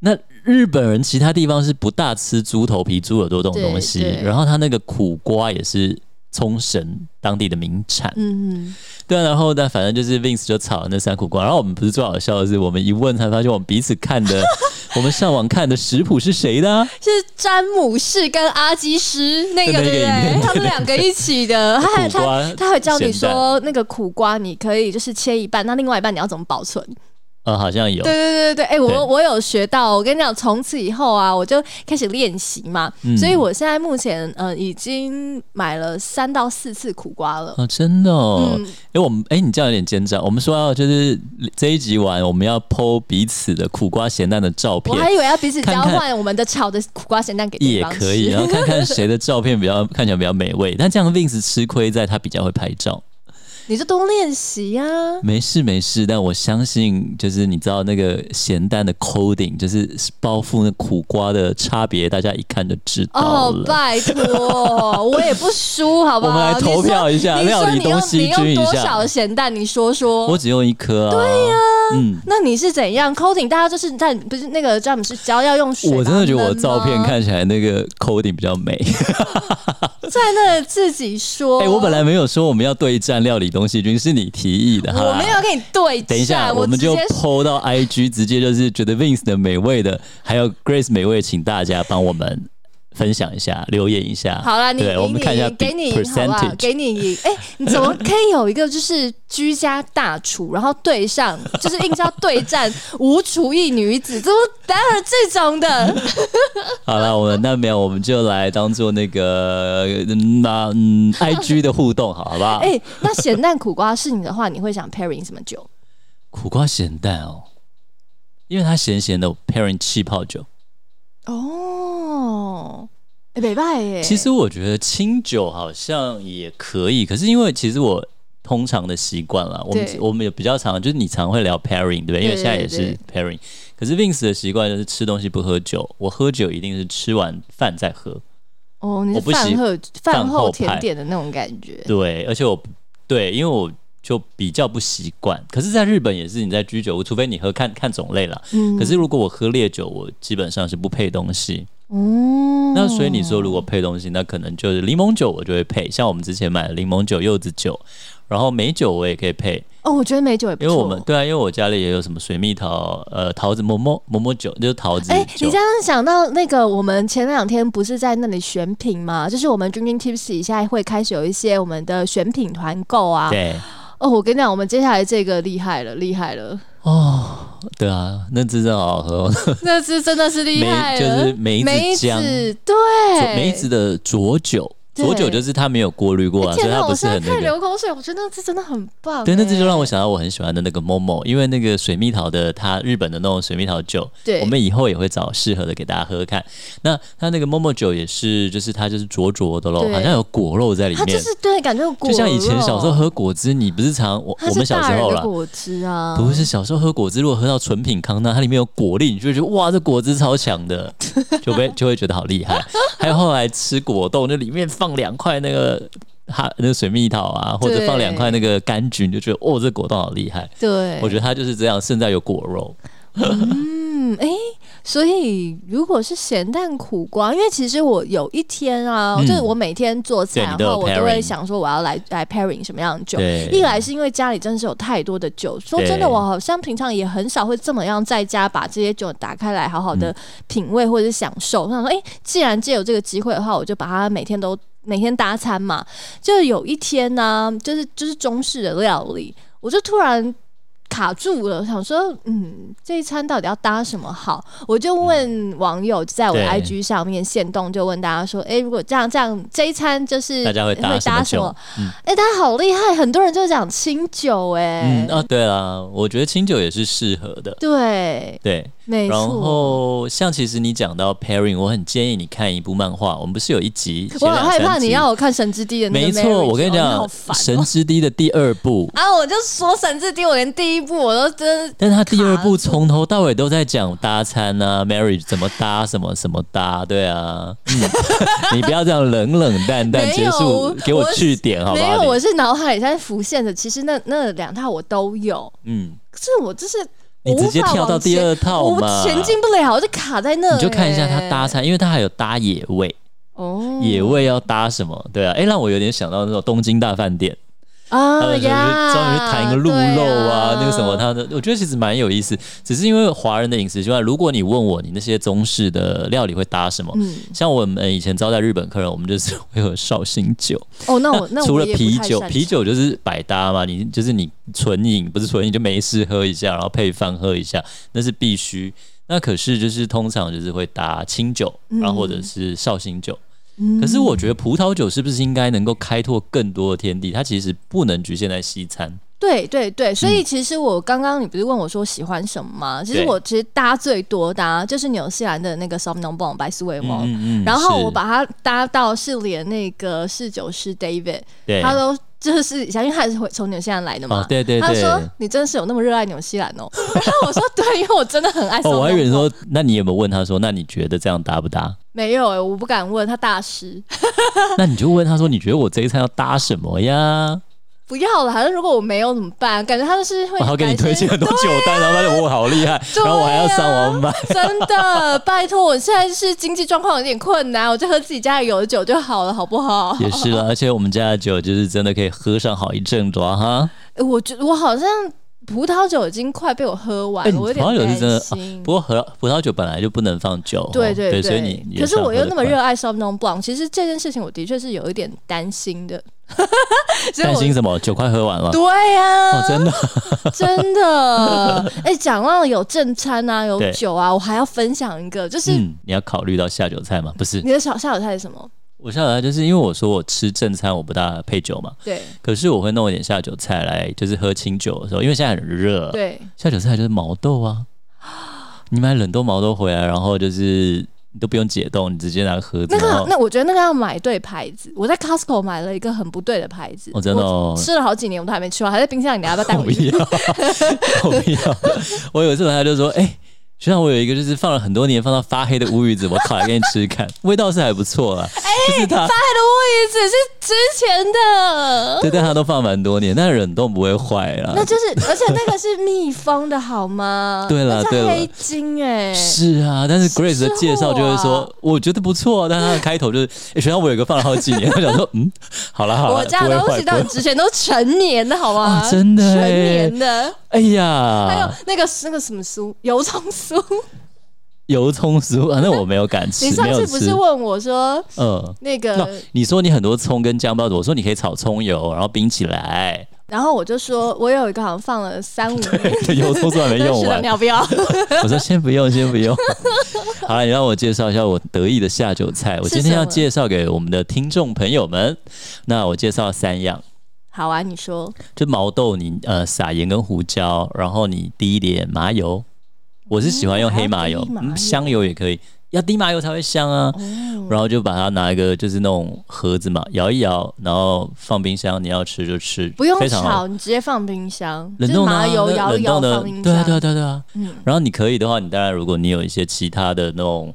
[SPEAKER 1] 那日本人其他地方是不大吃猪头皮、猪耳朵这种东西
[SPEAKER 2] 对，对
[SPEAKER 1] 然后他那个苦瓜也是冲绳当地的名产。
[SPEAKER 2] 嗯，
[SPEAKER 1] 对啊，然后呢，反正就是 Vince 就炒了那三苦瓜，然后我们不是最好笑的是，我们一问才发现我们彼此看 的，我们上网看的食谱是谁的、啊？
[SPEAKER 2] 是詹姆士跟阿基师那个
[SPEAKER 1] 对
[SPEAKER 2] 对
[SPEAKER 1] 那个影
[SPEAKER 2] 不
[SPEAKER 1] 片
[SPEAKER 2] 对？他们两个一起 的，他还
[SPEAKER 1] 苦瓜
[SPEAKER 2] 他他还教你
[SPEAKER 1] 咸
[SPEAKER 2] 说那个苦瓜你可以就是切一半，那另外一半你要怎么保存？
[SPEAKER 1] 呃，好像有，
[SPEAKER 2] 对对对对，哎、
[SPEAKER 1] 对
[SPEAKER 2] 我我有学到，我跟你讲，从此以后啊，我就开始练习嘛，
[SPEAKER 1] 嗯
[SPEAKER 2] 所以我现在目前呃已经买了三到四次苦 瓜了。
[SPEAKER 1] 哦，真的、哦，
[SPEAKER 2] 嗯
[SPEAKER 1] 哎、我们哎、你这样有点奸诈。我们说要就是这一集完，我们要剖彼此的苦瓜咸蛋的照
[SPEAKER 2] 我
[SPEAKER 1] 片，
[SPEAKER 2] 还以为要彼此
[SPEAKER 1] 看
[SPEAKER 2] 交
[SPEAKER 1] 看
[SPEAKER 2] 换我们的炒的苦瓜咸蛋给对
[SPEAKER 1] 也
[SPEAKER 2] 方吃，
[SPEAKER 1] 可以，啊然后看 看谁的照片比较看起来比较美味。但这样 Vince 吃亏在他比较会拍照，
[SPEAKER 2] 你就多练习啊呀、
[SPEAKER 1] 没事没事，但我相信，就是你知道那个咸蛋的 coating，就是包覆那苦瓜的差别，大家一看就知道
[SPEAKER 2] 哦，
[SPEAKER 1] 了。
[SPEAKER 2] 拜托，我也不输，好不
[SPEAKER 1] 我
[SPEAKER 2] 好？
[SPEAKER 1] 们来投票一下
[SPEAKER 2] 你说
[SPEAKER 1] 料理
[SPEAKER 2] 你用
[SPEAKER 1] 东西
[SPEAKER 2] 你
[SPEAKER 1] 均
[SPEAKER 2] 用
[SPEAKER 1] 一
[SPEAKER 2] 多
[SPEAKER 1] 下
[SPEAKER 2] 少咸蛋？你说说。
[SPEAKER 1] 我只用一颗啊。对呀、嗯，
[SPEAKER 2] 那你是怎样 coating？大家就是在不是那个詹姆斯教要用水，
[SPEAKER 1] 我真的觉得我照片。 看起来那个 coating 比较美。
[SPEAKER 2] 在那自己说。
[SPEAKER 1] 哎、我本来没有说我们要对战料理东西均，是你提议的哈。
[SPEAKER 2] 我没有。跟你对战，
[SPEAKER 1] 啊等一下，
[SPEAKER 2] 我
[SPEAKER 1] 我们就
[SPEAKER 2] 直接
[SPEAKER 1] PO 到 IG，直接就是觉得 Vince 的美味的，还有 Grace 美味，请大家帮我们分享一下，留言一下。
[SPEAKER 2] 好了，你
[SPEAKER 1] 对，我
[SPEAKER 2] 给
[SPEAKER 1] 们看一下
[SPEAKER 2] 你给你赢好不好？
[SPEAKER 1] percentage。
[SPEAKER 2] 给你赢，哎、你怎么可以有一个就是居家大厨，然后对上就是硬是要对战无厨艺女子，怎么当然这种的？
[SPEAKER 1] 好了，我们那没有，我们就来当做那个嗯那嗯 IG 的互动，好好不好？
[SPEAKER 2] 哎、那咸蛋苦瓜是你的话，你会想 pairing 什么酒？
[SPEAKER 1] 苦瓜咸蛋哦，因为它咸咸的，pairing 气泡酒。
[SPEAKER 2] 哦，哎、北拜耶，
[SPEAKER 1] 其实我觉得清酒好像也可以，可是因为其实我通常的习惯啦，我们
[SPEAKER 2] 对
[SPEAKER 1] 我们也比较常就是你常会聊 pairing 对不对？因为
[SPEAKER 2] 对
[SPEAKER 1] 现在也
[SPEAKER 2] 对
[SPEAKER 1] 是 pairing，可是 Vince 的习惯就是吃东西不喝酒，我喝酒一定是吃完饭再喝，
[SPEAKER 2] 哦，你
[SPEAKER 1] 我
[SPEAKER 2] 是
[SPEAKER 1] 不
[SPEAKER 2] 饭
[SPEAKER 1] 喜
[SPEAKER 2] 后
[SPEAKER 1] 饭
[SPEAKER 2] 饭
[SPEAKER 1] 后
[SPEAKER 2] 后
[SPEAKER 1] 派
[SPEAKER 2] 甜点的那种感觉。
[SPEAKER 1] 对，而且我对，因为我就比较不习惯，可是在日本也是你在居酒屋，除非你喝看看种类啦。
[SPEAKER 2] 嗯
[SPEAKER 1] 可是如果我喝烈酒，我基本上是不配东西，
[SPEAKER 2] 哦，
[SPEAKER 1] 那所以你说，如果配东西，那可能就是柠檬酒，我就会配。像我们之前买的柠檬酒、柚子酒，然后梅酒我也可以配，
[SPEAKER 2] 哦，我觉得美酒也不
[SPEAKER 1] 因
[SPEAKER 2] 错。
[SPEAKER 1] 为我们对啊，因为我家里也有什么水蜜桃、呃桃子、某某某某酒，就是桃子
[SPEAKER 2] 哎、
[SPEAKER 1] 酒。
[SPEAKER 2] 你这样想到那个，我们前两天不是在那里选品吗？就是我们君君 Tipsy 现在会开始有一些我们的选品团购啊。
[SPEAKER 1] 对
[SPEAKER 2] 哦，我跟你讲，我们接下来这个厉害了，厉害 了，
[SPEAKER 1] 哦，对啊，那真的好好喝、哦，
[SPEAKER 2] 那是真的是厉
[SPEAKER 1] 梅
[SPEAKER 2] 害
[SPEAKER 1] 就
[SPEAKER 2] 了，
[SPEAKER 1] 是梅子
[SPEAKER 2] 梅
[SPEAKER 1] 浆、
[SPEAKER 2] 子对
[SPEAKER 1] 梅子的浊酒，
[SPEAKER 2] 对
[SPEAKER 1] 佐酒就是它没有过滤过啊，所
[SPEAKER 2] 哎天
[SPEAKER 1] 以它
[SPEAKER 2] 我
[SPEAKER 1] 不是
[SPEAKER 2] 现在
[SPEAKER 1] 很
[SPEAKER 2] 太
[SPEAKER 1] 那个。
[SPEAKER 2] 流口水，我觉得这真的很棒、哎
[SPEAKER 1] 对，那这就让
[SPEAKER 2] 我
[SPEAKER 1] 我想到我很喜欢的那个 Momo，因为那个水蜜桃的它日本的那种水蜜桃酒，
[SPEAKER 2] 对
[SPEAKER 1] 我们以后也会找适合的给大家喝喝看。那它那个 Momo 酒也是，就是它就是浊浊的咯，
[SPEAKER 2] 对
[SPEAKER 1] 好像有果肉在里
[SPEAKER 2] 它
[SPEAKER 1] 面，
[SPEAKER 2] 就是对，感觉有果
[SPEAKER 1] 就像以前
[SPEAKER 2] 肉
[SPEAKER 1] 小时候，喝果汁，你不是常我
[SPEAKER 2] 它
[SPEAKER 1] 我
[SPEAKER 2] 是
[SPEAKER 1] 们小
[SPEAKER 2] 大
[SPEAKER 1] 时
[SPEAKER 2] 人
[SPEAKER 1] 候
[SPEAKER 2] 的
[SPEAKER 1] 啦，
[SPEAKER 2] 果汁啊，
[SPEAKER 1] 不是小时候喝果汁，如果喝到纯品康纳，它里面有果粒，你就会觉得哇，这果汁超强的，就被就会觉得好厉害。还有后来吃果冻，就里面放两块那个哈那个水蜜桃啊，或者
[SPEAKER 2] 对
[SPEAKER 1] 放两块那个柑橘，你就觉得哦，这果冻好厉害。
[SPEAKER 2] 对，
[SPEAKER 1] 我觉得它就是这样，现在有果肉，
[SPEAKER 2] 嗯，哎、所以如果是咸淡苦瓜，因为其实我有一天啊，
[SPEAKER 1] 嗯
[SPEAKER 2] 就是我每天做菜，啊
[SPEAKER 1] 对
[SPEAKER 2] 然
[SPEAKER 1] 你都有
[SPEAKER 2] 后我都会
[SPEAKER 1] pairing
[SPEAKER 2] 想说我要来来 pairing 什么样的酒。
[SPEAKER 1] 对
[SPEAKER 2] 一来是因为家里真的是有太多的酒，说真
[SPEAKER 1] 对
[SPEAKER 2] 的，我好像平常也很少会这么样在家把这些酒打开来好好的
[SPEAKER 1] 嗯
[SPEAKER 2] 品味或者是享受。我想说，哎、既然借有这个机会的话，我就把它每天都每天搭餐嘛。就有一天呢、就是就是中式的料理，我就突然卡住了，想说，嗯，这一餐到底要搭什么好？我就问网友，在我的
[SPEAKER 1] 嗯对
[SPEAKER 2] IG 上面现动就问大家说，诶，如果这样这样，这一餐就是
[SPEAKER 1] 大家会搭什么
[SPEAKER 2] 什
[SPEAKER 1] 酒嗯
[SPEAKER 2] 么？诶，大家好厉害，很多人就讲清酒、诶，
[SPEAKER 1] 嗯啊，对啦，我觉得清酒也是适合的。
[SPEAKER 2] 对，
[SPEAKER 1] 对，
[SPEAKER 2] 没
[SPEAKER 1] 然
[SPEAKER 2] 错。
[SPEAKER 1] 后像其实你讲到 pairing，我很建议你看一部漫画，我们不是有一集，
[SPEAKER 2] 我
[SPEAKER 1] 前
[SPEAKER 2] 很
[SPEAKER 1] 两
[SPEAKER 2] 害
[SPEAKER 1] 三
[SPEAKER 2] 怕你
[SPEAKER 1] 集
[SPEAKER 2] 让我看《神之地》的那
[SPEAKER 1] 没
[SPEAKER 2] 个 marriage，
[SPEAKER 1] 错，我跟你
[SPEAKER 2] 哦
[SPEAKER 1] 讲，
[SPEAKER 2] 好烦
[SPEAKER 1] 神
[SPEAKER 2] 哦
[SPEAKER 1] 之滴》的第二部，
[SPEAKER 2] 啊！我就说《神之地》，我连第一部我都真的
[SPEAKER 1] 但是他第二部
[SPEAKER 2] 卡住
[SPEAKER 1] 从头到尾都在讲搭餐啊，marriage 怎么搭，什么什么搭，对啊，嗯、你 不要这样冷冷淡淡
[SPEAKER 2] 没
[SPEAKER 1] 结
[SPEAKER 2] 有
[SPEAKER 1] 束，给我
[SPEAKER 2] 我
[SPEAKER 1] 去点好不
[SPEAKER 2] 没
[SPEAKER 1] 好？
[SPEAKER 2] 有，
[SPEAKER 1] 你
[SPEAKER 2] 我是脑海里在浮现的。其实那那两套我都有，
[SPEAKER 1] 嗯，
[SPEAKER 2] 可是我就是
[SPEAKER 1] 你直接
[SPEAKER 2] 无法
[SPEAKER 1] 跳到
[SPEAKER 2] 往
[SPEAKER 1] 第
[SPEAKER 2] 前
[SPEAKER 1] 二套
[SPEAKER 2] 我
[SPEAKER 1] 嘛，
[SPEAKER 2] 前进
[SPEAKER 1] 你
[SPEAKER 2] 不了，我就卡在那、
[SPEAKER 1] 就看一下他搭，餐，
[SPEAKER 2] 欸
[SPEAKER 1] 因为他还有搭野味，
[SPEAKER 2] 哦，
[SPEAKER 1] 野味要搭什么，对啊，哎、让我有点想到那种东京大饭店。他
[SPEAKER 2] 啊
[SPEAKER 1] 呃们就是
[SPEAKER 2] 呀，
[SPEAKER 1] 专门去谈一个鹿肉啊，那个什么，
[SPEAKER 2] 他
[SPEAKER 1] 他的，我觉得其实蛮有意思。只是因为华人的饮食习惯，如果你问我你那些中式的料理会搭什么，
[SPEAKER 2] 嗯，
[SPEAKER 1] 像我们以前招待日本客人，我们就是会有绍兴酒，
[SPEAKER 2] 哦，那 我那我
[SPEAKER 1] 除了
[SPEAKER 2] 也不
[SPEAKER 1] 啤
[SPEAKER 2] 太
[SPEAKER 1] 酒，
[SPEAKER 2] 擅
[SPEAKER 1] 啤
[SPEAKER 2] 长
[SPEAKER 1] 酒就是百搭嘛，你就是你纯饮不是纯饮就没事喝一下，然后配饭喝一下，那是必须。那可是就是通常就是会搭清酒，然后或者是绍兴酒。
[SPEAKER 2] 嗯
[SPEAKER 1] 可是我觉得葡萄酒是不是应该能够开拓更多的天地？它其实不能局限在西餐。
[SPEAKER 2] 对对对，所以其实我刚刚你不是问我说喜欢什么吗？其实
[SPEAKER 1] 嗯对
[SPEAKER 2] 我其实搭最多的、啊、就是纽西兰的那个 s o m n o m b o n 白苏维蒙，
[SPEAKER 1] 嗯
[SPEAKER 2] 然后
[SPEAKER 1] 是
[SPEAKER 2] 我把它搭到是连那个侍酒师 David，
[SPEAKER 1] 对
[SPEAKER 2] 他都就是以前因为他也是回从纽西兰来的嘛，
[SPEAKER 1] 哦对对
[SPEAKER 2] 他说
[SPEAKER 1] 对
[SPEAKER 2] 你真的是有那么热爱纽西兰哦， 然后我说对，因为我真的很爱。
[SPEAKER 1] 哦，我还以为你说，那你有没有问他说，那你觉得这样搭不搭？
[SPEAKER 2] 没有哎、我不敢问他大师，
[SPEAKER 1] 那你就问他说，你觉得我这一餐要搭什么呀？
[SPEAKER 2] 不要了，好像如果我没有怎么办？感觉他就是会
[SPEAKER 1] 然哦后给你
[SPEAKER 2] 改
[SPEAKER 1] 推荐
[SPEAKER 2] 天
[SPEAKER 1] 很多酒单，然后发 现我好厉害，
[SPEAKER 2] 对
[SPEAKER 1] 然
[SPEAKER 2] 啊
[SPEAKER 1] 后我还要上网买。
[SPEAKER 2] 真的，拜托，我现在是经济状况有点困难，我就喝自己家里有的酒就好了，好不好？
[SPEAKER 1] 也是啦，而且我们家的酒就是真的可以喝上好一阵子啊哈。
[SPEAKER 2] 欸我觉我好像葡萄酒已经快被我喝完
[SPEAKER 1] 哎，
[SPEAKER 2] 了，
[SPEAKER 1] 你
[SPEAKER 2] 我有
[SPEAKER 1] 葡萄酒
[SPEAKER 2] 点
[SPEAKER 1] 是真的
[SPEAKER 2] 担心。
[SPEAKER 1] 不过喝葡萄酒本来就不能放酒哦，
[SPEAKER 2] 嗯对
[SPEAKER 1] 对
[SPEAKER 2] 对，
[SPEAKER 1] 所以你也
[SPEAKER 2] 可是
[SPEAKER 1] 算
[SPEAKER 2] 我
[SPEAKER 1] 喝
[SPEAKER 2] 又
[SPEAKER 1] 得
[SPEAKER 2] 那么
[SPEAKER 1] 快
[SPEAKER 2] 热爱 s o m n o m b l a n c 其实这件事情我的确是有一点担心的，所以
[SPEAKER 1] 担
[SPEAKER 2] 我
[SPEAKER 1] 心什么？酒快喝完了。
[SPEAKER 2] 对啊呀、
[SPEAKER 1] 哦，真的，
[SPEAKER 2] 真的，哎、讲到有正餐啊，有
[SPEAKER 1] 对
[SPEAKER 2] 酒啊，我还要分享一个，就是
[SPEAKER 1] 嗯，你要考虑到下酒菜吗？不是，
[SPEAKER 2] 你的小下酒菜是什么？
[SPEAKER 1] 我下酒菜就是因为我说我吃正餐，我不大配酒嘛，
[SPEAKER 2] 对
[SPEAKER 1] 可是我会弄一点下酒菜来，就是喝清酒的时候，因为现在很热。，
[SPEAKER 2] 对，
[SPEAKER 1] 下酒菜就是毛豆啊，你买冷冻毛豆回来，然后就是你都不用解冻，你直接拿盒子。
[SPEAKER 2] 那
[SPEAKER 1] 然后
[SPEAKER 2] 个那我觉得那个要买对牌子，我在 Costco 买了一个很不对的牌子，
[SPEAKER 1] 哦真的哦
[SPEAKER 2] 我吃了好几年我都还没吃完，还在冰箱里，你要不要带
[SPEAKER 1] 我 不
[SPEAKER 2] 回 去？
[SPEAKER 1] 要，我不要。我有一次他就说，哎、学长，我有一个就是放了很多年，放到发黑的乌鱼子，我烤来给你吃吃看， 味道是还不错啦。
[SPEAKER 2] 哎
[SPEAKER 1] 就是它，
[SPEAKER 2] 带的位置是之前的。
[SPEAKER 1] 对，但它都放蛮多年，但冷冻不会坏啦
[SPEAKER 2] 那。就是，而且那个是密封的好 吗？
[SPEAKER 1] 对了
[SPEAKER 2] 那叫
[SPEAKER 1] 对了
[SPEAKER 2] 黑金哎、
[SPEAKER 1] 是啊，但是 Grace
[SPEAKER 2] 哦
[SPEAKER 1] 的介绍就会
[SPEAKER 2] 吃货
[SPEAKER 1] 说，
[SPEAKER 2] 啊
[SPEAKER 1] 我觉得不错、啊，但它的开头就是，哎、学长，我有一个放了好几年，我想说，嗯，好了好了，
[SPEAKER 2] 我家
[SPEAKER 1] 不
[SPEAKER 2] 的
[SPEAKER 1] 会
[SPEAKER 2] 东
[SPEAKER 1] 坏
[SPEAKER 2] 西
[SPEAKER 1] 不
[SPEAKER 2] 到
[SPEAKER 1] 会
[SPEAKER 2] 你之前都成年的好吗？
[SPEAKER 1] 啊真的
[SPEAKER 2] 成
[SPEAKER 1] 欸
[SPEAKER 2] 年的。
[SPEAKER 1] 哎
[SPEAKER 2] 还有
[SPEAKER 1] 呀，
[SPEAKER 2] 那个那个什么酥，油葱 酥。
[SPEAKER 1] 油葱酥，反正我没有敢吃
[SPEAKER 2] 你，上
[SPEAKER 1] 没有
[SPEAKER 2] 次不
[SPEAKER 1] 吃
[SPEAKER 2] 是。呃问我说
[SPEAKER 1] 嗯，
[SPEAKER 2] 那
[SPEAKER 1] 那
[SPEAKER 2] 个？
[SPEAKER 1] 你说你很多葱跟姜包子，我说你可以炒葱油，然后冰起来，
[SPEAKER 2] 然后我就说，我有一个好像放了三五年，
[SPEAKER 1] 对，油葱蒜没用
[SPEAKER 2] 是的，
[SPEAKER 1] 完
[SPEAKER 2] 你。要不要？
[SPEAKER 1] 我说先不用，先不用。 好了，你让我介绍一下我得意的下酒菜。我今天
[SPEAKER 2] 是什
[SPEAKER 1] 要
[SPEAKER 2] 么
[SPEAKER 1] 介绍给我们的听众朋友们。那我介绍三样，
[SPEAKER 2] 好啊，你说
[SPEAKER 1] 就毛豆你，呃撒盐跟胡椒，然后你滴一点麻油。我是喜欢用黑麻油，
[SPEAKER 2] 哦还要滴麻
[SPEAKER 1] 嗯
[SPEAKER 2] 油
[SPEAKER 1] 香油也可以，要滴麻油才会香啊。
[SPEAKER 2] 哦，
[SPEAKER 1] 然后就把它拿一个就是那种盒子嘛，摇一摇，然后放冰箱，你要吃就吃，
[SPEAKER 2] 不用
[SPEAKER 1] 非常好
[SPEAKER 2] 炒，。你直接放冰箱，就
[SPEAKER 1] 冷
[SPEAKER 2] 是
[SPEAKER 1] 冻的啊、
[SPEAKER 2] 麻油摇一
[SPEAKER 1] 冷
[SPEAKER 2] 摇
[SPEAKER 1] 冻的
[SPEAKER 2] 放，冰箱。
[SPEAKER 1] 对啊，对啊，对啊，对啊。
[SPEAKER 2] 嗯，
[SPEAKER 1] 然后你可以的话，你当然如果你有一些其他的那种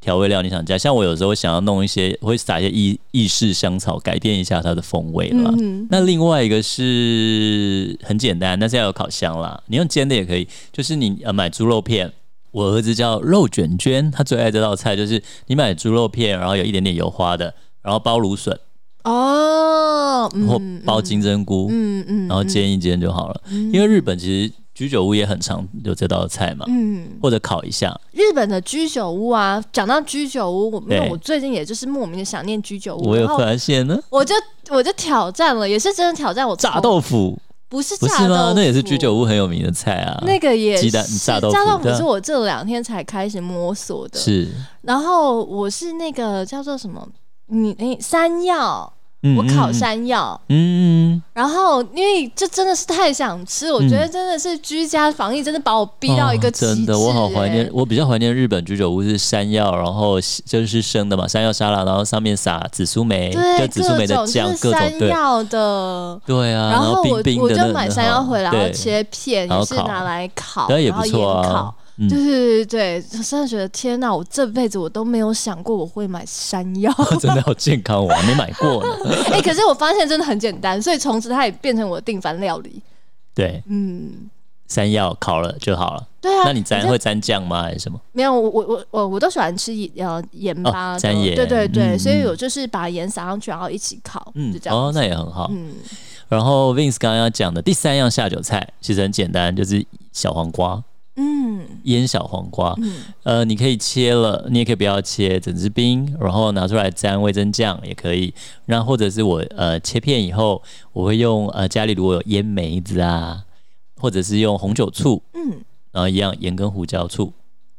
[SPEAKER 1] 调味料，你想加，像我有时候想要弄一些，会撒一些意意式香草，改变一下它的风味啦。
[SPEAKER 2] 嗯
[SPEAKER 1] 那另外一个是很简单，但是要有烤箱啦，你用煎的也可以，就是你呃买猪肉片。我儿子叫肉卷卷，他最爱这道菜，就是你买猪肉片，然后有一点点油花的，然后包芦笋
[SPEAKER 2] 哦，嗯
[SPEAKER 1] 或包金针菇，
[SPEAKER 2] 嗯嗯，
[SPEAKER 1] 然后煎一煎就好了。因为日本其实居酒屋也很常有这道菜嘛，
[SPEAKER 2] 嗯，
[SPEAKER 1] 或者烤一下，
[SPEAKER 2] 日本的居酒屋啊，讲到居酒屋，我因
[SPEAKER 1] 对
[SPEAKER 2] 为我最近也就是莫名的想念居酒屋，
[SPEAKER 1] 我有
[SPEAKER 2] 然后
[SPEAKER 1] 发现呢，
[SPEAKER 2] 我就我就挑战了，也是真的挑战我从
[SPEAKER 1] 炸豆腐
[SPEAKER 2] 不是
[SPEAKER 1] 不
[SPEAKER 2] 哦炸
[SPEAKER 1] 是
[SPEAKER 2] 豆
[SPEAKER 1] 吗
[SPEAKER 2] 腐？
[SPEAKER 1] 那也是居酒屋很有名的菜啊。
[SPEAKER 2] 那个也
[SPEAKER 1] 鸡蛋
[SPEAKER 2] 是
[SPEAKER 1] 炸豆腐
[SPEAKER 2] 炸豆腐
[SPEAKER 1] 对啊
[SPEAKER 2] 是我这两天才开始摸索的，
[SPEAKER 1] 是，
[SPEAKER 2] 然后我是那个叫做什么，你你山药，
[SPEAKER 1] 嗯
[SPEAKER 2] 我烤，
[SPEAKER 1] 嗯
[SPEAKER 2] 山药。
[SPEAKER 1] 嗯，嗯
[SPEAKER 2] 然后，因为这真的是太想吃，我
[SPEAKER 1] 嗯
[SPEAKER 2] 觉得真的是居家防疫，真的把我逼到一个
[SPEAKER 1] 哦
[SPEAKER 2] 极致、
[SPEAKER 1] 真的，我好怀念
[SPEAKER 2] 哎，。
[SPEAKER 1] 我比较怀念日本居酒屋是山药，然后就是生的嘛，山药沙拉，然后上面撒紫苏梅，就
[SPEAKER 2] 对，
[SPEAKER 1] 紫苏梅的
[SPEAKER 2] 各
[SPEAKER 1] 酱，
[SPEAKER 2] 种
[SPEAKER 1] 各
[SPEAKER 2] 就是
[SPEAKER 1] 种
[SPEAKER 2] 山
[SPEAKER 1] 对
[SPEAKER 2] 药的。
[SPEAKER 1] 对啊，
[SPEAKER 2] 然后我
[SPEAKER 1] 冰冰
[SPEAKER 2] 我
[SPEAKER 1] 的那
[SPEAKER 2] 就
[SPEAKER 1] 个
[SPEAKER 2] 买
[SPEAKER 1] 很
[SPEAKER 2] 山药回来，
[SPEAKER 1] 好
[SPEAKER 2] 然后
[SPEAKER 1] 对
[SPEAKER 2] 切片，
[SPEAKER 1] 然后
[SPEAKER 2] 也是
[SPEAKER 1] 烤
[SPEAKER 2] 拿来烤，
[SPEAKER 1] 然后也
[SPEAKER 2] 然
[SPEAKER 1] 不
[SPEAKER 2] 后
[SPEAKER 1] 错
[SPEAKER 2] 盐
[SPEAKER 1] 啊
[SPEAKER 2] 烤。，
[SPEAKER 1] 嗯
[SPEAKER 2] 对对对对，我真的觉得天哪！我这辈子我都没有想过我会买山药，
[SPEAKER 1] 真的好健康，我还没买过呢。
[SPEAKER 2] 哎、可是我发现真的很简单，所以从此它也变成我的定番料理。
[SPEAKER 1] 对，
[SPEAKER 2] 嗯，
[SPEAKER 1] 山药烤了就好了。
[SPEAKER 2] 对啊。
[SPEAKER 1] 那你沾
[SPEAKER 2] 就
[SPEAKER 1] 会沾酱吗？还是什么？
[SPEAKER 2] 没有我我我我我都喜欢吃盐呃盐巴的、
[SPEAKER 1] 哦沾盐
[SPEAKER 2] 对对对，
[SPEAKER 1] 嗯
[SPEAKER 2] 所以
[SPEAKER 1] 嗯
[SPEAKER 2] 我就是把盐撒上去，然后一起烤，
[SPEAKER 1] 嗯
[SPEAKER 2] 就，这样。
[SPEAKER 1] 哦，那也很好。
[SPEAKER 2] 嗯，
[SPEAKER 1] 然后 Vince 刚刚要讲的第三样下酒菜其实很简单，就是小黄瓜，
[SPEAKER 2] 嗯
[SPEAKER 1] 腌小黄瓜。
[SPEAKER 2] 嗯
[SPEAKER 1] 呃，你可以切了，你也可以不要切，整只冰，然后拿出来沾味增酱也可以。那或者是我呃切片以后，我会用呃家里如果有腌梅子啊，或者是用红酒醋，
[SPEAKER 2] 嗯，
[SPEAKER 1] 然后一样盐跟胡椒醋。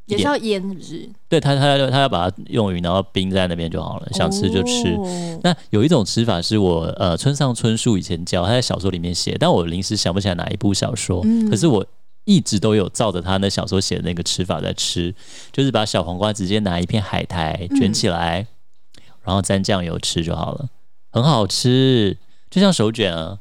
[SPEAKER 2] 也是要腌，是不是？
[SPEAKER 1] 对它，它要它要把它用匀，然后冰在那边就好了，想吃就吃。
[SPEAKER 2] 哦
[SPEAKER 1] 那有一种吃法是我呃村上春树以前教，他在小说里面写，但我临时想不起来哪一部小说，
[SPEAKER 2] 嗯
[SPEAKER 1] 可是我一直都有照着他那小说写的那个吃法在吃，就是把小黄瓜直接拿一片海苔
[SPEAKER 2] 嗯
[SPEAKER 1] 卷起来，然后沾酱油吃就好了，很好吃，就像手卷啊，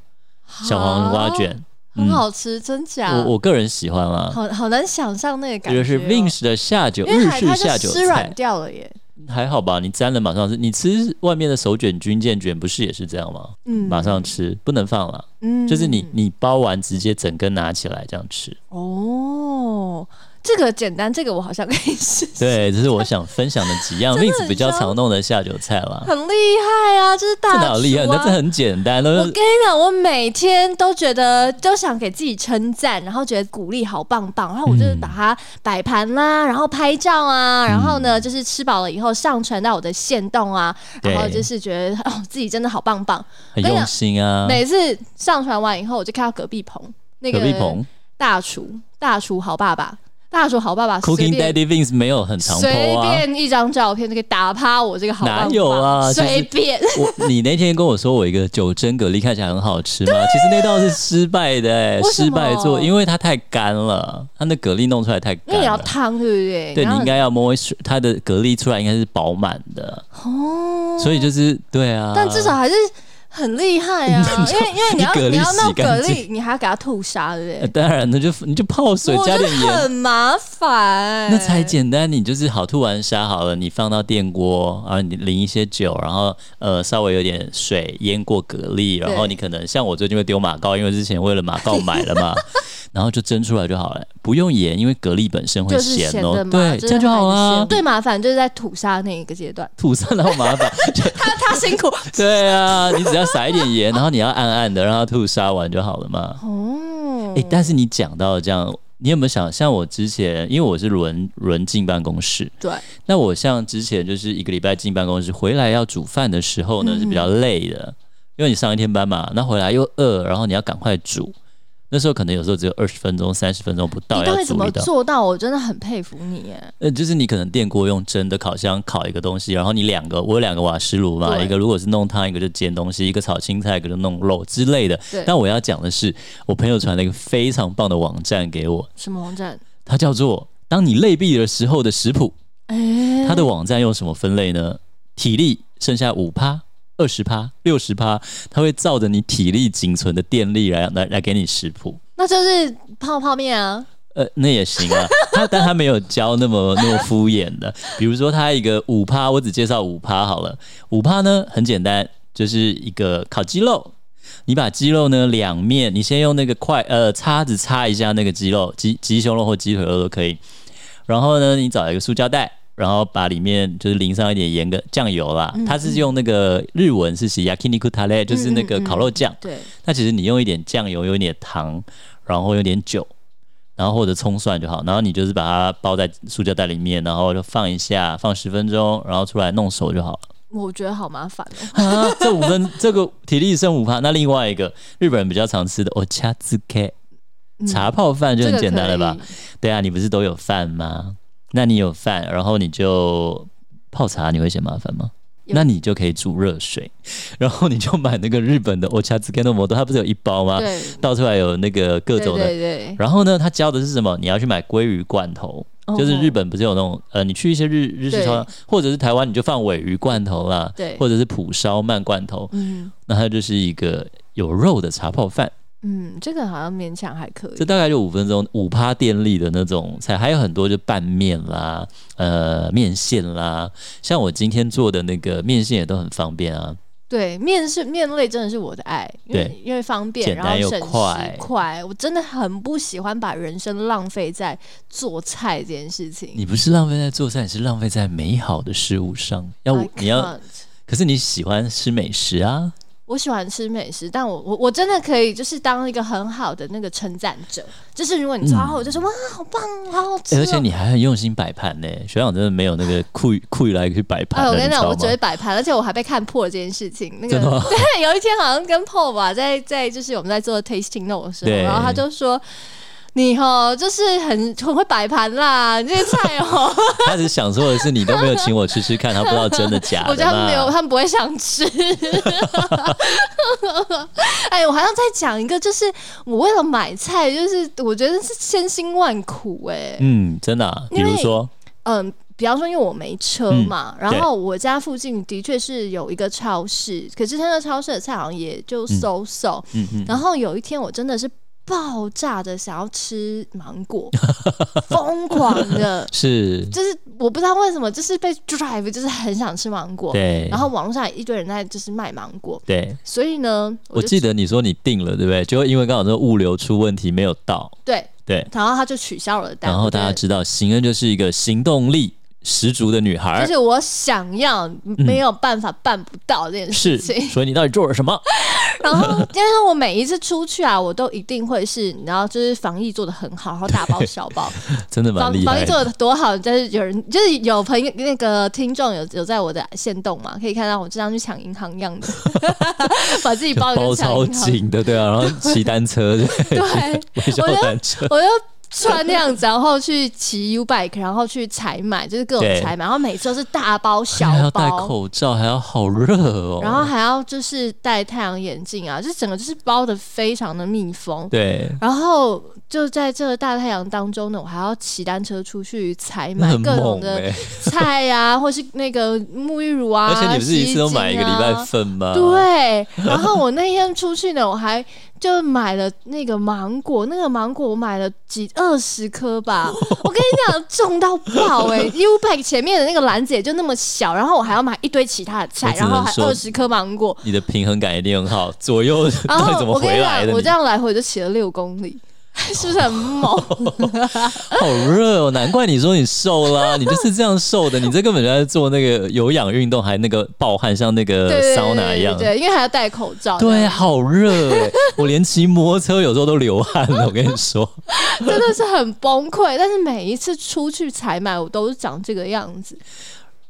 [SPEAKER 1] 小黄瓜
[SPEAKER 2] 好
[SPEAKER 1] 卷，嗯
[SPEAKER 2] 很哦好吃，真假？
[SPEAKER 1] 我我个人喜欢啊，
[SPEAKER 2] 好好难想象那个感
[SPEAKER 1] 这
[SPEAKER 2] 觉、
[SPEAKER 1] 就是
[SPEAKER 2] 哦。
[SPEAKER 1] Vince 的下酒
[SPEAKER 2] 因为
[SPEAKER 1] 日
[SPEAKER 2] 海
[SPEAKER 1] 式
[SPEAKER 2] 苔
[SPEAKER 1] 下
[SPEAKER 2] 就
[SPEAKER 1] 酒
[SPEAKER 2] 吃软
[SPEAKER 1] 菜，
[SPEAKER 2] 掉了耶。
[SPEAKER 1] 还好吧？你沾了马上是，你吃外面的手卷军舰卷不是也是这样吗？
[SPEAKER 2] 嗯，
[SPEAKER 1] 马上吃，不能放了。
[SPEAKER 2] 嗯，
[SPEAKER 1] 就是你你包完直接整根拿起来这样吃。
[SPEAKER 2] 哦，这个简单，这个我好像可以试试。
[SPEAKER 1] 对，这是我想分享的几样
[SPEAKER 2] 真的
[SPEAKER 1] Vince
[SPEAKER 2] 很
[SPEAKER 1] 比较
[SPEAKER 2] 香
[SPEAKER 1] 常弄的下酒菜啦。
[SPEAKER 2] 很厉害啊，这是大
[SPEAKER 1] 这
[SPEAKER 2] 厨
[SPEAKER 1] 哪有厉害？那
[SPEAKER 2] 啊
[SPEAKER 1] 这很简单，
[SPEAKER 2] 我
[SPEAKER 1] 都
[SPEAKER 2] 跟你讲，我每天都觉得都想给自己称赞，然后觉得鼓励好棒棒，然后我就是把
[SPEAKER 1] 嗯
[SPEAKER 2] 它摆盘啦，然后拍照啊，然后呢就是吃饱了以后上传到我的线动啊，
[SPEAKER 1] 对
[SPEAKER 2] 然后就是觉得哦自己真的好棒棒。
[SPEAKER 1] 很
[SPEAKER 2] 我跟你
[SPEAKER 1] 用
[SPEAKER 2] 讲
[SPEAKER 1] 心啊。
[SPEAKER 2] 每次上传完以后，我就看到隔壁棚那
[SPEAKER 1] 隔壁
[SPEAKER 2] 个
[SPEAKER 1] 棚
[SPEAKER 2] 大厨大厨好爸爸，大厨好爸爸随
[SPEAKER 1] Cooking
[SPEAKER 2] 便
[SPEAKER 1] Daddy Vince 没有很常
[SPEAKER 2] 随
[SPEAKER 1] po 啊。
[SPEAKER 2] 便一张照片就可以打趴我这个好棒棒，
[SPEAKER 1] 哪有啊就是
[SPEAKER 2] 随便。
[SPEAKER 1] 我你那天跟我说我一个九蒸蛤蜊看起来很好吃吗？其实那道是失败的、欸，
[SPEAKER 2] 为什么
[SPEAKER 1] 失败做，因为它太干了，它那蛤蜊弄出来太
[SPEAKER 2] 因为
[SPEAKER 1] 干
[SPEAKER 2] 你要
[SPEAKER 1] 了。
[SPEAKER 2] 汤，对不对？
[SPEAKER 1] 对
[SPEAKER 2] 然
[SPEAKER 1] 你
[SPEAKER 2] 后
[SPEAKER 1] 应该要摸它的蛤蜊出来，应该是饱满的，
[SPEAKER 2] 哦，
[SPEAKER 1] 所以就是对啊。
[SPEAKER 2] 但至少还是很厉害啊，因为因为你要
[SPEAKER 1] 你
[SPEAKER 2] 你要
[SPEAKER 1] 蛤蜊洗
[SPEAKER 2] 弄
[SPEAKER 1] 干
[SPEAKER 2] 蛤
[SPEAKER 1] 净
[SPEAKER 2] 蜊，你还要给它吐沙，对
[SPEAKER 1] 呃
[SPEAKER 2] 不
[SPEAKER 1] 当然，那就你就泡水
[SPEAKER 2] 对？我
[SPEAKER 1] 加
[SPEAKER 2] 觉得
[SPEAKER 1] 点盐，
[SPEAKER 2] 很欸麻烦、
[SPEAKER 1] 那才简单。你就是好吐完沙好了，你放到电锅，然后你淋一些酒，然后呃稍微有点水淹过蛤蜊，然后
[SPEAKER 2] 对
[SPEAKER 1] 你可能像我最近会丢马告，因为之前为了马告买了 嘛，然后就蒸出来就好了，不用盐，因为蛤蜊本身会
[SPEAKER 2] 就是
[SPEAKER 1] 咸
[SPEAKER 2] 咸
[SPEAKER 1] 哦、
[SPEAKER 2] 的嘛，
[SPEAKER 1] 对，
[SPEAKER 2] 就
[SPEAKER 1] 这
[SPEAKER 2] 是
[SPEAKER 1] 样就好啊
[SPEAKER 2] 很
[SPEAKER 1] 啦
[SPEAKER 2] 咸。最麻烦就是在吐沙那一个阶 段，
[SPEAKER 1] 吐上好麻烦， 就
[SPEAKER 2] 他他辛苦
[SPEAKER 1] 对啊，你只要撒一点盐，然后你要暗暗的让它吐沙完就好了嘛。
[SPEAKER 2] 哦
[SPEAKER 1] 哎、。但是你讲到这样，你有没有想，像我之前，因为我是轮轮进办公室，
[SPEAKER 2] 对，
[SPEAKER 1] 那
[SPEAKER 2] 嗯
[SPEAKER 1] 我像之前就是一个礼拜进办公室，回来要煮饭的时候呢是比较累的，因为你上一天班嘛，那回来又饿，然后你要赶快煮。那时候可能有时候只有二十分钟、三十分钟不到，
[SPEAKER 2] 你到
[SPEAKER 1] 要
[SPEAKER 2] 底怎
[SPEAKER 1] 煮
[SPEAKER 2] 么
[SPEAKER 1] 一道。
[SPEAKER 2] 做到？我真的很佩服你耶！
[SPEAKER 1] 呃，就是你可能电锅用蒸的烤箱烤一个东西，然后你两个，我有两个瓦斯炉嘛，
[SPEAKER 2] 对
[SPEAKER 1] 一个如果是弄汤，一个就煎东西，一个炒青菜，一个就弄肉之类的。
[SPEAKER 2] 对，
[SPEAKER 1] 但我要讲的是，我朋友传了一个非常棒的网站给我，
[SPEAKER 2] 什么网站？
[SPEAKER 1] 它叫做“当你累毙的时候的食谱
[SPEAKER 2] 哎、”。
[SPEAKER 1] 它的网站用什么分类呢？体力剩下五趴、二十趴、六十趴，它会照着你体力仅存的电力来来来给你食谱。
[SPEAKER 2] 那就是泡泡面啊，
[SPEAKER 1] 呃，那也行啊，他但他没有教那么那么敷衍的，比如说他一个五趴，我只介绍五趴好了。五趴呢很简单，就是一个烤鸡肉，你把鸡肉呢两面，你先用那个筷呃叉子叉一下那个鸡肉，鸡鸡胸肉或鸡腿肉都可以。然后呢，你找一个塑胶袋，然后把里面就是淋上一点盐跟酱油啦。它是用那个日文是写 yakiniku t a l e 就是那个
[SPEAKER 2] 嗯嗯嗯嗯
[SPEAKER 1] 烤肉酱。
[SPEAKER 2] 对，
[SPEAKER 1] 那其实你用一点酱油，用一点糖，然后用点酒，然后或者葱蒜就好，然后你就是把它包在塑胶袋里面，然后就放一下，放十分钟，然后出来弄熟就好了。
[SPEAKER 2] 我觉得好麻烦哦。
[SPEAKER 1] 啊， 这五分这个体力剩五趴，那另外一个日本人比较常吃的哦 o c h a z u k
[SPEAKER 2] 嗯
[SPEAKER 1] 茶泡饭就
[SPEAKER 2] 这
[SPEAKER 1] 很
[SPEAKER 2] 个
[SPEAKER 1] 简单了吧？
[SPEAKER 2] 可以
[SPEAKER 1] 对啊，你不是都有饭吗？那你有饭，然后你就泡茶，你会嫌麻烦吗？
[SPEAKER 2] 有
[SPEAKER 1] 那你就可以煮热水，然后你就买那个日本的哦 o c h a z u k 的摩托，它不是有一包吗？
[SPEAKER 2] 对，
[SPEAKER 1] 倒出来有那个各种啊的。
[SPEAKER 2] 对对
[SPEAKER 1] 然后呢，他教的是什么？你要去买鲑鱼罐头，
[SPEAKER 2] 对，
[SPEAKER 1] 就是日
[SPEAKER 2] 哦
[SPEAKER 1] 本不是有那种呃，你去一些日日式超市，或者是台湾你就放尾鱼罐头啦，
[SPEAKER 2] 对
[SPEAKER 1] 或者是蒲烧鳗罐头，
[SPEAKER 2] 嗯
[SPEAKER 1] 那它就是一个有肉的茶泡饭，
[SPEAKER 2] 嗯，这个好像勉强还可
[SPEAKER 1] 这
[SPEAKER 2] 以。
[SPEAKER 1] 大概就五分钟，五趴电力的那种菜，还有很多就拌面啦，呃，面线啦，像我今天做的那个面线也都很方便啊，
[SPEAKER 2] 对，面是面类真的是我的爱，因为因为方便，
[SPEAKER 1] 简
[SPEAKER 2] 然
[SPEAKER 1] 单
[SPEAKER 2] 后
[SPEAKER 1] 又
[SPEAKER 2] 省时
[SPEAKER 1] 快
[SPEAKER 2] 快。我真的很不喜欢把人生浪费在做菜这件事情。
[SPEAKER 1] 你不是浪费在做菜，你是浪费在美好的事物上，要
[SPEAKER 2] I
[SPEAKER 1] 你要，
[SPEAKER 2] can't
[SPEAKER 1] 可是你喜欢吃美食啊。
[SPEAKER 2] 我喜欢吃美食，但我我我真的可以就是当一个很好的那个称赞者，就是如果你抓后，我就说、哇，好棒，好好吃、
[SPEAKER 1] 欸
[SPEAKER 2] 哦。
[SPEAKER 1] 嗯而且你还很用心摆盘呢，学长真的没有那个酷 酷来去摆盘
[SPEAKER 2] 哎，
[SPEAKER 1] 的，
[SPEAKER 2] 我跟你
[SPEAKER 1] 知
[SPEAKER 2] 讲，
[SPEAKER 1] 道
[SPEAKER 2] 我
[SPEAKER 1] 吗
[SPEAKER 2] 只会摆盘，而且我还被看破了这件事情。那个
[SPEAKER 1] 真的吗
[SPEAKER 2] 对，有一天好像跟 Paul 吧，在在就是我们在做 tasting note 的时候，
[SPEAKER 1] 对
[SPEAKER 2] 然后他就说。你哦，就是很很会摆盘啦，你这些菜哦，
[SPEAKER 1] 他只想说的是你都没有请我吃吃看，他不知道真的假的嘛。
[SPEAKER 2] 我觉得他们没有，他们不会想吃。 哎，我还要再讲一个，就是我为了买菜，就是我觉得是千辛万苦哎、
[SPEAKER 1] 嗯，真的、啊，比
[SPEAKER 2] 因为
[SPEAKER 1] 如说，
[SPEAKER 2] 嗯，比方说，因为我没车嘛，然
[SPEAKER 1] 嗯对
[SPEAKER 2] 后我家附近的确是有一个超市，可是它那个超市的菜好像也就搜搜、
[SPEAKER 1] 嗯嗯，
[SPEAKER 2] 然后有一天我真的是爆炸的想要吃芒 果，疯狂的，
[SPEAKER 1] 是，
[SPEAKER 2] 就是我不知道为什么，就是被 drive，就是很想吃芒果。
[SPEAKER 1] 对，
[SPEAKER 2] 然后网络上一堆人在就是卖芒果，
[SPEAKER 1] 对，
[SPEAKER 2] 所以呢，
[SPEAKER 1] 我
[SPEAKER 2] 就
[SPEAKER 1] 记得你说你订了，对不对？就因为刚好那物流出问题没有到，
[SPEAKER 2] 对，
[SPEAKER 1] 对，
[SPEAKER 2] 然后他就取消了单。
[SPEAKER 1] 然后大家
[SPEAKER 2] 对
[SPEAKER 1] 知道，邢恩就是一个行动力十足的女孩
[SPEAKER 2] 就，是我想要
[SPEAKER 1] 嗯
[SPEAKER 2] 没有办法办不到这件事情，
[SPEAKER 1] 所以你到底做了什 么？
[SPEAKER 2] 然后，因为我每一次出去啊，我都一定会是，你知道，就是防疫做的很好，然后大包小包，
[SPEAKER 1] 真 的蛮
[SPEAKER 2] 防
[SPEAKER 1] 厉
[SPEAKER 2] 防疫
[SPEAKER 1] 害的，
[SPEAKER 2] 做的多好，就是有人就是有朋友那个听众有有在我的线动嘛，可以看到我经常去抢银行一样的， 把自己包的
[SPEAKER 1] 包
[SPEAKER 2] 跟抢
[SPEAKER 1] 超
[SPEAKER 2] 银行，
[SPEAKER 1] 紧的，对啊，然后骑单车，对，
[SPEAKER 2] 对，啊
[SPEAKER 1] 微笑
[SPEAKER 2] 我就
[SPEAKER 1] 单车，
[SPEAKER 2] 我就。穿那样子，然后去骑 U bike，然后去采买，就是各种
[SPEAKER 1] 对
[SPEAKER 2] 采买，然后每次都是大包小
[SPEAKER 1] 还要戴
[SPEAKER 2] 包，
[SPEAKER 1] 口罩，还要好热哦。
[SPEAKER 2] 然后还要就是戴太阳眼镜啊，就是整个就是包的非常的密封。
[SPEAKER 1] 对，
[SPEAKER 2] 然后就在这个大太阳当中呢，我还要骑单车出去采
[SPEAKER 1] 那
[SPEAKER 2] 买
[SPEAKER 1] 很
[SPEAKER 2] 各种
[SPEAKER 1] 猛
[SPEAKER 2] 的
[SPEAKER 1] 欸
[SPEAKER 2] 菜呀、或是那个沐浴乳啊，
[SPEAKER 1] 而且你不是一次都买一个礼拜
[SPEAKER 2] 洗
[SPEAKER 1] 份吗？
[SPEAKER 2] 衣精啊。对，然后我那天出去呢，我还就买了那个芒果，那个芒果我买了几二十颗 吧，我跟你讲重到爆哎、U bike 前面的那个篮子也就那么小，然后我还要买一堆其他的菜
[SPEAKER 1] 我，只
[SPEAKER 2] 然
[SPEAKER 1] 能
[SPEAKER 2] 后还
[SPEAKER 1] 说
[SPEAKER 2] 二十颗芒果，
[SPEAKER 1] 你的平衡感一定很好，左右
[SPEAKER 2] 然
[SPEAKER 1] 到底
[SPEAKER 2] 后
[SPEAKER 1] 怎么
[SPEAKER 2] 哦我跟
[SPEAKER 1] 回
[SPEAKER 2] 你
[SPEAKER 1] 来
[SPEAKER 2] 讲，
[SPEAKER 1] 的？
[SPEAKER 2] 我
[SPEAKER 1] 你
[SPEAKER 2] 这样来回就骑了六公里， 是不是很猛？
[SPEAKER 1] 好热哦，难怪你说你瘦 啦，你就是这样瘦的，你这根本就在做那个有氧运动，还那个暴汗，像那个
[SPEAKER 2] 对
[SPEAKER 1] 桑拿一样。
[SPEAKER 2] 对，因为还要戴口罩，
[SPEAKER 1] 对，好热哎、 我连骑摩托车有时候都流汗了。我跟你说，
[SPEAKER 2] 真的是很崩溃。但是每一次出去采买，我都是长这个样子，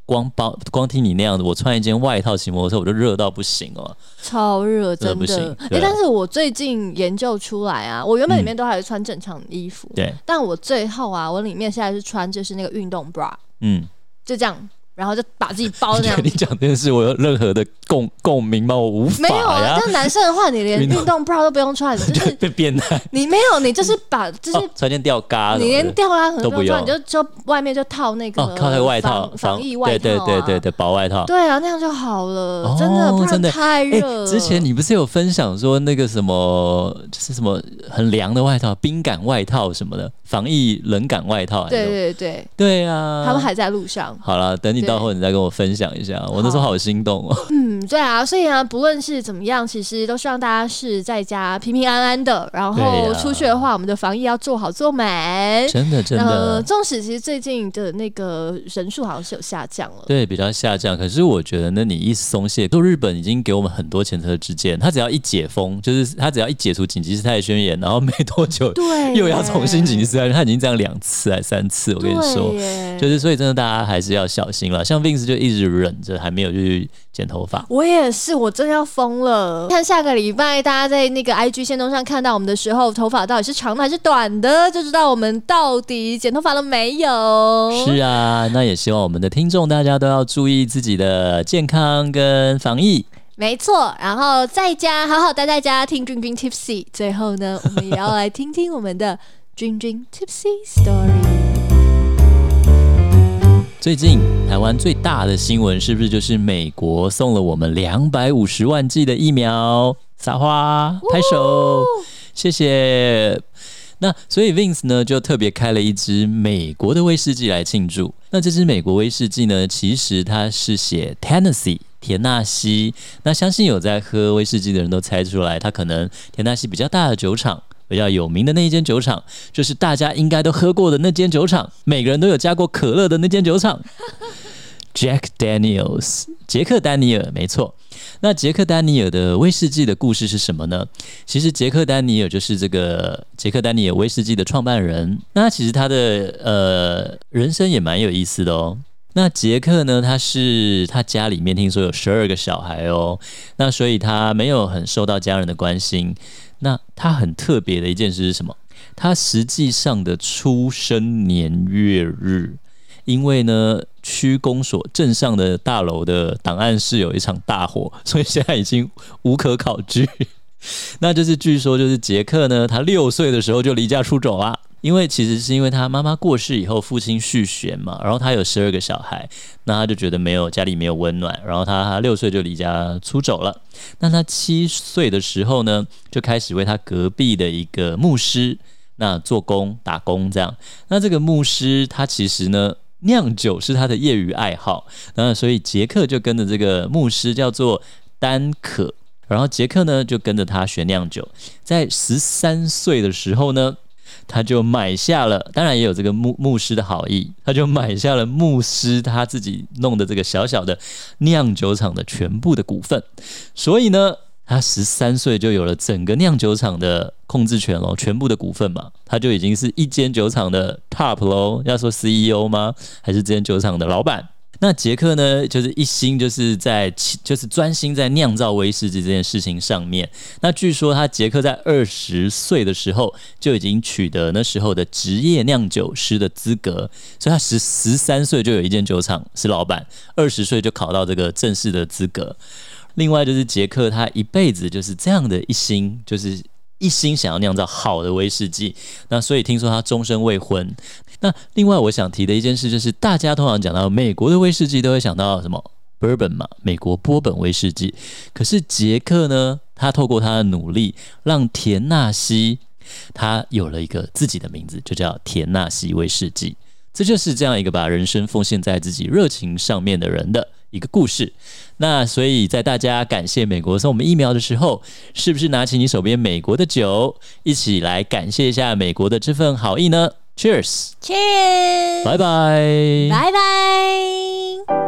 [SPEAKER 1] 光包光听你那样子，我穿一件外套骑摩托车，我就热到不行哦、
[SPEAKER 2] 超热，
[SPEAKER 1] 真的不
[SPEAKER 2] 真
[SPEAKER 1] 行
[SPEAKER 2] 的。哎、
[SPEAKER 1] 对啊
[SPEAKER 2] 但是我最近研究出来啊，我原本里
[SPEAKER 1] 嗯
[SPEAKER 2] 面都还是穿正常的衣服，
[SPEAKER 1] 对，
[SPEAKER 2] 但我最后啊，我里面现在是穿就是那个运动 bra，
[SPEAKER 1] 嗯，
[SPEAKER 2] 就这样，然后就把自己包那哦样
[SPEAKER 1] 你。讲这件事，我有任何的共共鸣吗？我无法
[SPEAKER 2] 没有啊
[SPEAKER 1] 呀，，
[SPEAKER 2] 但男生的话，你连
[SPEAKER 1] 运
[SPEAKER 2] 运
[SPEAKER 1] 动
[SPEAKER 2] 动 bra 都不用 穿，就是
[SPEAKER 1] 被变态，
[SPEAKER 2] 你没有，你就是把就是
[SPEAKER 1] 哦穿件吊嘎什么
[SPEAKER 2] 你
[SPEAKER 1] 的，
[SPEAKER 2] 连吊啊拉可能
[SPEAKER 1] 都
[SPEAKER 2] 不用
[SPEAKER 1] 不
[SPEAKER 2] 穿，
[SPEAKER 1] 用
[SPEAKER 2] 你就就外面就套那个
[SPEAKER 1] 哦，靠那个外套
[SPEAKER 2] 防防疫外套、
[SPEAKER 1] 对
[SPEAKER 2] 啊，
[SPEAKER 1] 对对对对，薄外套。
[SPEAKER 2] 对啊，那样就好了，
[SPEAKER 1] 哦
[SPEAKER 2] 真的，不
[SPEAKER 1] 真
[SPEAKER 2] 然
[SPEAKER 1] 的
[SPEAKER 2] 太
[SPEAKER 1] 哎
[SPEAKER 2] 热、了。
[SPEAKER 1] 之前你不是有分享说那个什么，就是什么很凉的外套、冰感外套什么的，防疫冷感外套还是
[SPEAKER 2] 对
[SPEAKER 1] 什么？
[SPEAKER 2] 对对，
[SPEAKER 1] 对啊，
[SPEAKER 2] 他们还在路上。
[SPEAKER 1] 好了，等你
[SPEAKER 2] 对
[SPEAKER 1] 到后你再跟我分享一下，我那时候好心动哦。
[SPEAKER 2] 嗯，对啊，所以啊，不论是怎么样，其实都希望大家是在家平平安安的，然
[SPEAKER 1] 对
[SPEAKER 2] 后
[SPEAKER 1] 呀
[SPEAKER 2] 出去的话，我们的防疫要做好做满。
[SPEAKER 1] 真的真
[SPEAKER 2] 呃，
[SPEAKER 1] 的，
[SPEAKER 2] 纵使其实最近的那个人数好像是有下降了，
[SPEAKER 1] 对，比较下降。可是我觉得，那你一松懈，就日本已经给我们很多前车之鉴。他只要一解封，就是他只要一解除紧急事态宣言，然后没多久
[SPEAKER 2] 对，
[SPEAKER 1] 又要重新紧急事态，他已经这样两次还三次。我跟你说
[SPEAKER 2] 对，耶
[SPEAKER 1] 就是所以真的大家还是要小心了。像 Vince 就一直忍着，还没有去剪头发。
[SPEAKER 2] 我也是，我真的要疯了。看下个礼拜大家在那个 IG 线动上看到我们的时候，头发到底是长的还是短的，就知道我们到底剪头发了没有。
[SPEAKER 1] 是啊，那也希望我们的听众大家都要注意自己的健康跟防疫。
[SPEAKER 2] 没错。然后在家好好待在家，听君君 Tipsy。最后呢，我们也要来听听我们的君君 Tipsy Story。
[SPEAKER 1] 最近台湾最大的新闻是不是就是美国送了我们两百五十万剂的疫苗？撒花，拍手，谢谢。那所以 Vince 呢就特别开了一支美国的威士忌来庆祝。那这支美国威士忌呢，其实它是写 Tennessee。田纳西，那相信有在喝威士忌的人都猜出来，它可能田纳西比较大的酒厂，比较有名的那一间酒厂，就是大家应该都喝过的那间酒厂，每个人都有加过可乐的那间酒厂，Jack Daniels，杰克丹尼尔，没错。那杰克丹尼尔的威士忌的故事是什么呢？其实杰克丹尼尔就是这个杰克丹尼尔威士忌的创办人。那其实他的呃人生也蛮有意思的哦。那杰克呢？他是他家里面听说有十二个小孩哦，那所以他没有很受到家人的关心。那他很特别的一件事是什么？他实际上的出生年月日，因为呢，区公所镇上的大楼的档案室有一场大火，所以现在已经无可考据。那就是据说就是杰克呢，他六岁的时候就离家出走啦。因为其实是因为他妈妈过世以后，父亲续弦嘛，然后他有十二个小孩，那他就觉得没有家里没有温暖，然后他六岁就离家出走了。那他七岁的时候呢，就开始为他隔壁的一个牧师那做工打工这样。那这个牧师他其实呢。酿酒是他的业余爱好，那所以杰克就跟着这个牧师叫做丹可，然后杰克呢就跟着他学酿酒，在十三岁的时候呢，他就买下了，当然也有这个牧牧师的好意，他就买下了牧师他自己弄的这个小小的酿酒厂的全部的股份，所以呢。他十三岁就有了整个酿酒厂的控制权喽，全部的股份嘛，他就已经是一间酒厂的 top 喽。要说 CEO 吗？还是这间酒厂的老板？那杰克呢，就是一心就是在就是专心在酿造威士忌这件事情上面。那据说他杰克在二十岁的时候就已经取得那时候的职业酿酒师的资格，所以他十十三岁就有一间酒厂是老板，二十岁就考到这个正式的资格。另外就是杰克，他一辈子就是这样的一心，就是一心想要酿造好的威士忌。那所以听说他终身未婚。那另外我想提的一件事就是，大家通常讲到美国的威士忌，都会想到什么 bourbon 嘛，美国波本威士忌。可是杰克呢，他透过他的努力，让田纳西他有了一个自己的名字，就叫田纳西威士忌。这就是这样一个把人生奉献在自己热情上面的人的一个故事。那所以在大家感谢美国送我们疫苗的时候，是不是拿起你手边美国的酒，一起来感谢一下美国的这份好意呢？Cheers，
[SPEAKER 2] Cheers，
[SPEAKER 1] 拜拜。
[SPEAKER 2] 拜拜。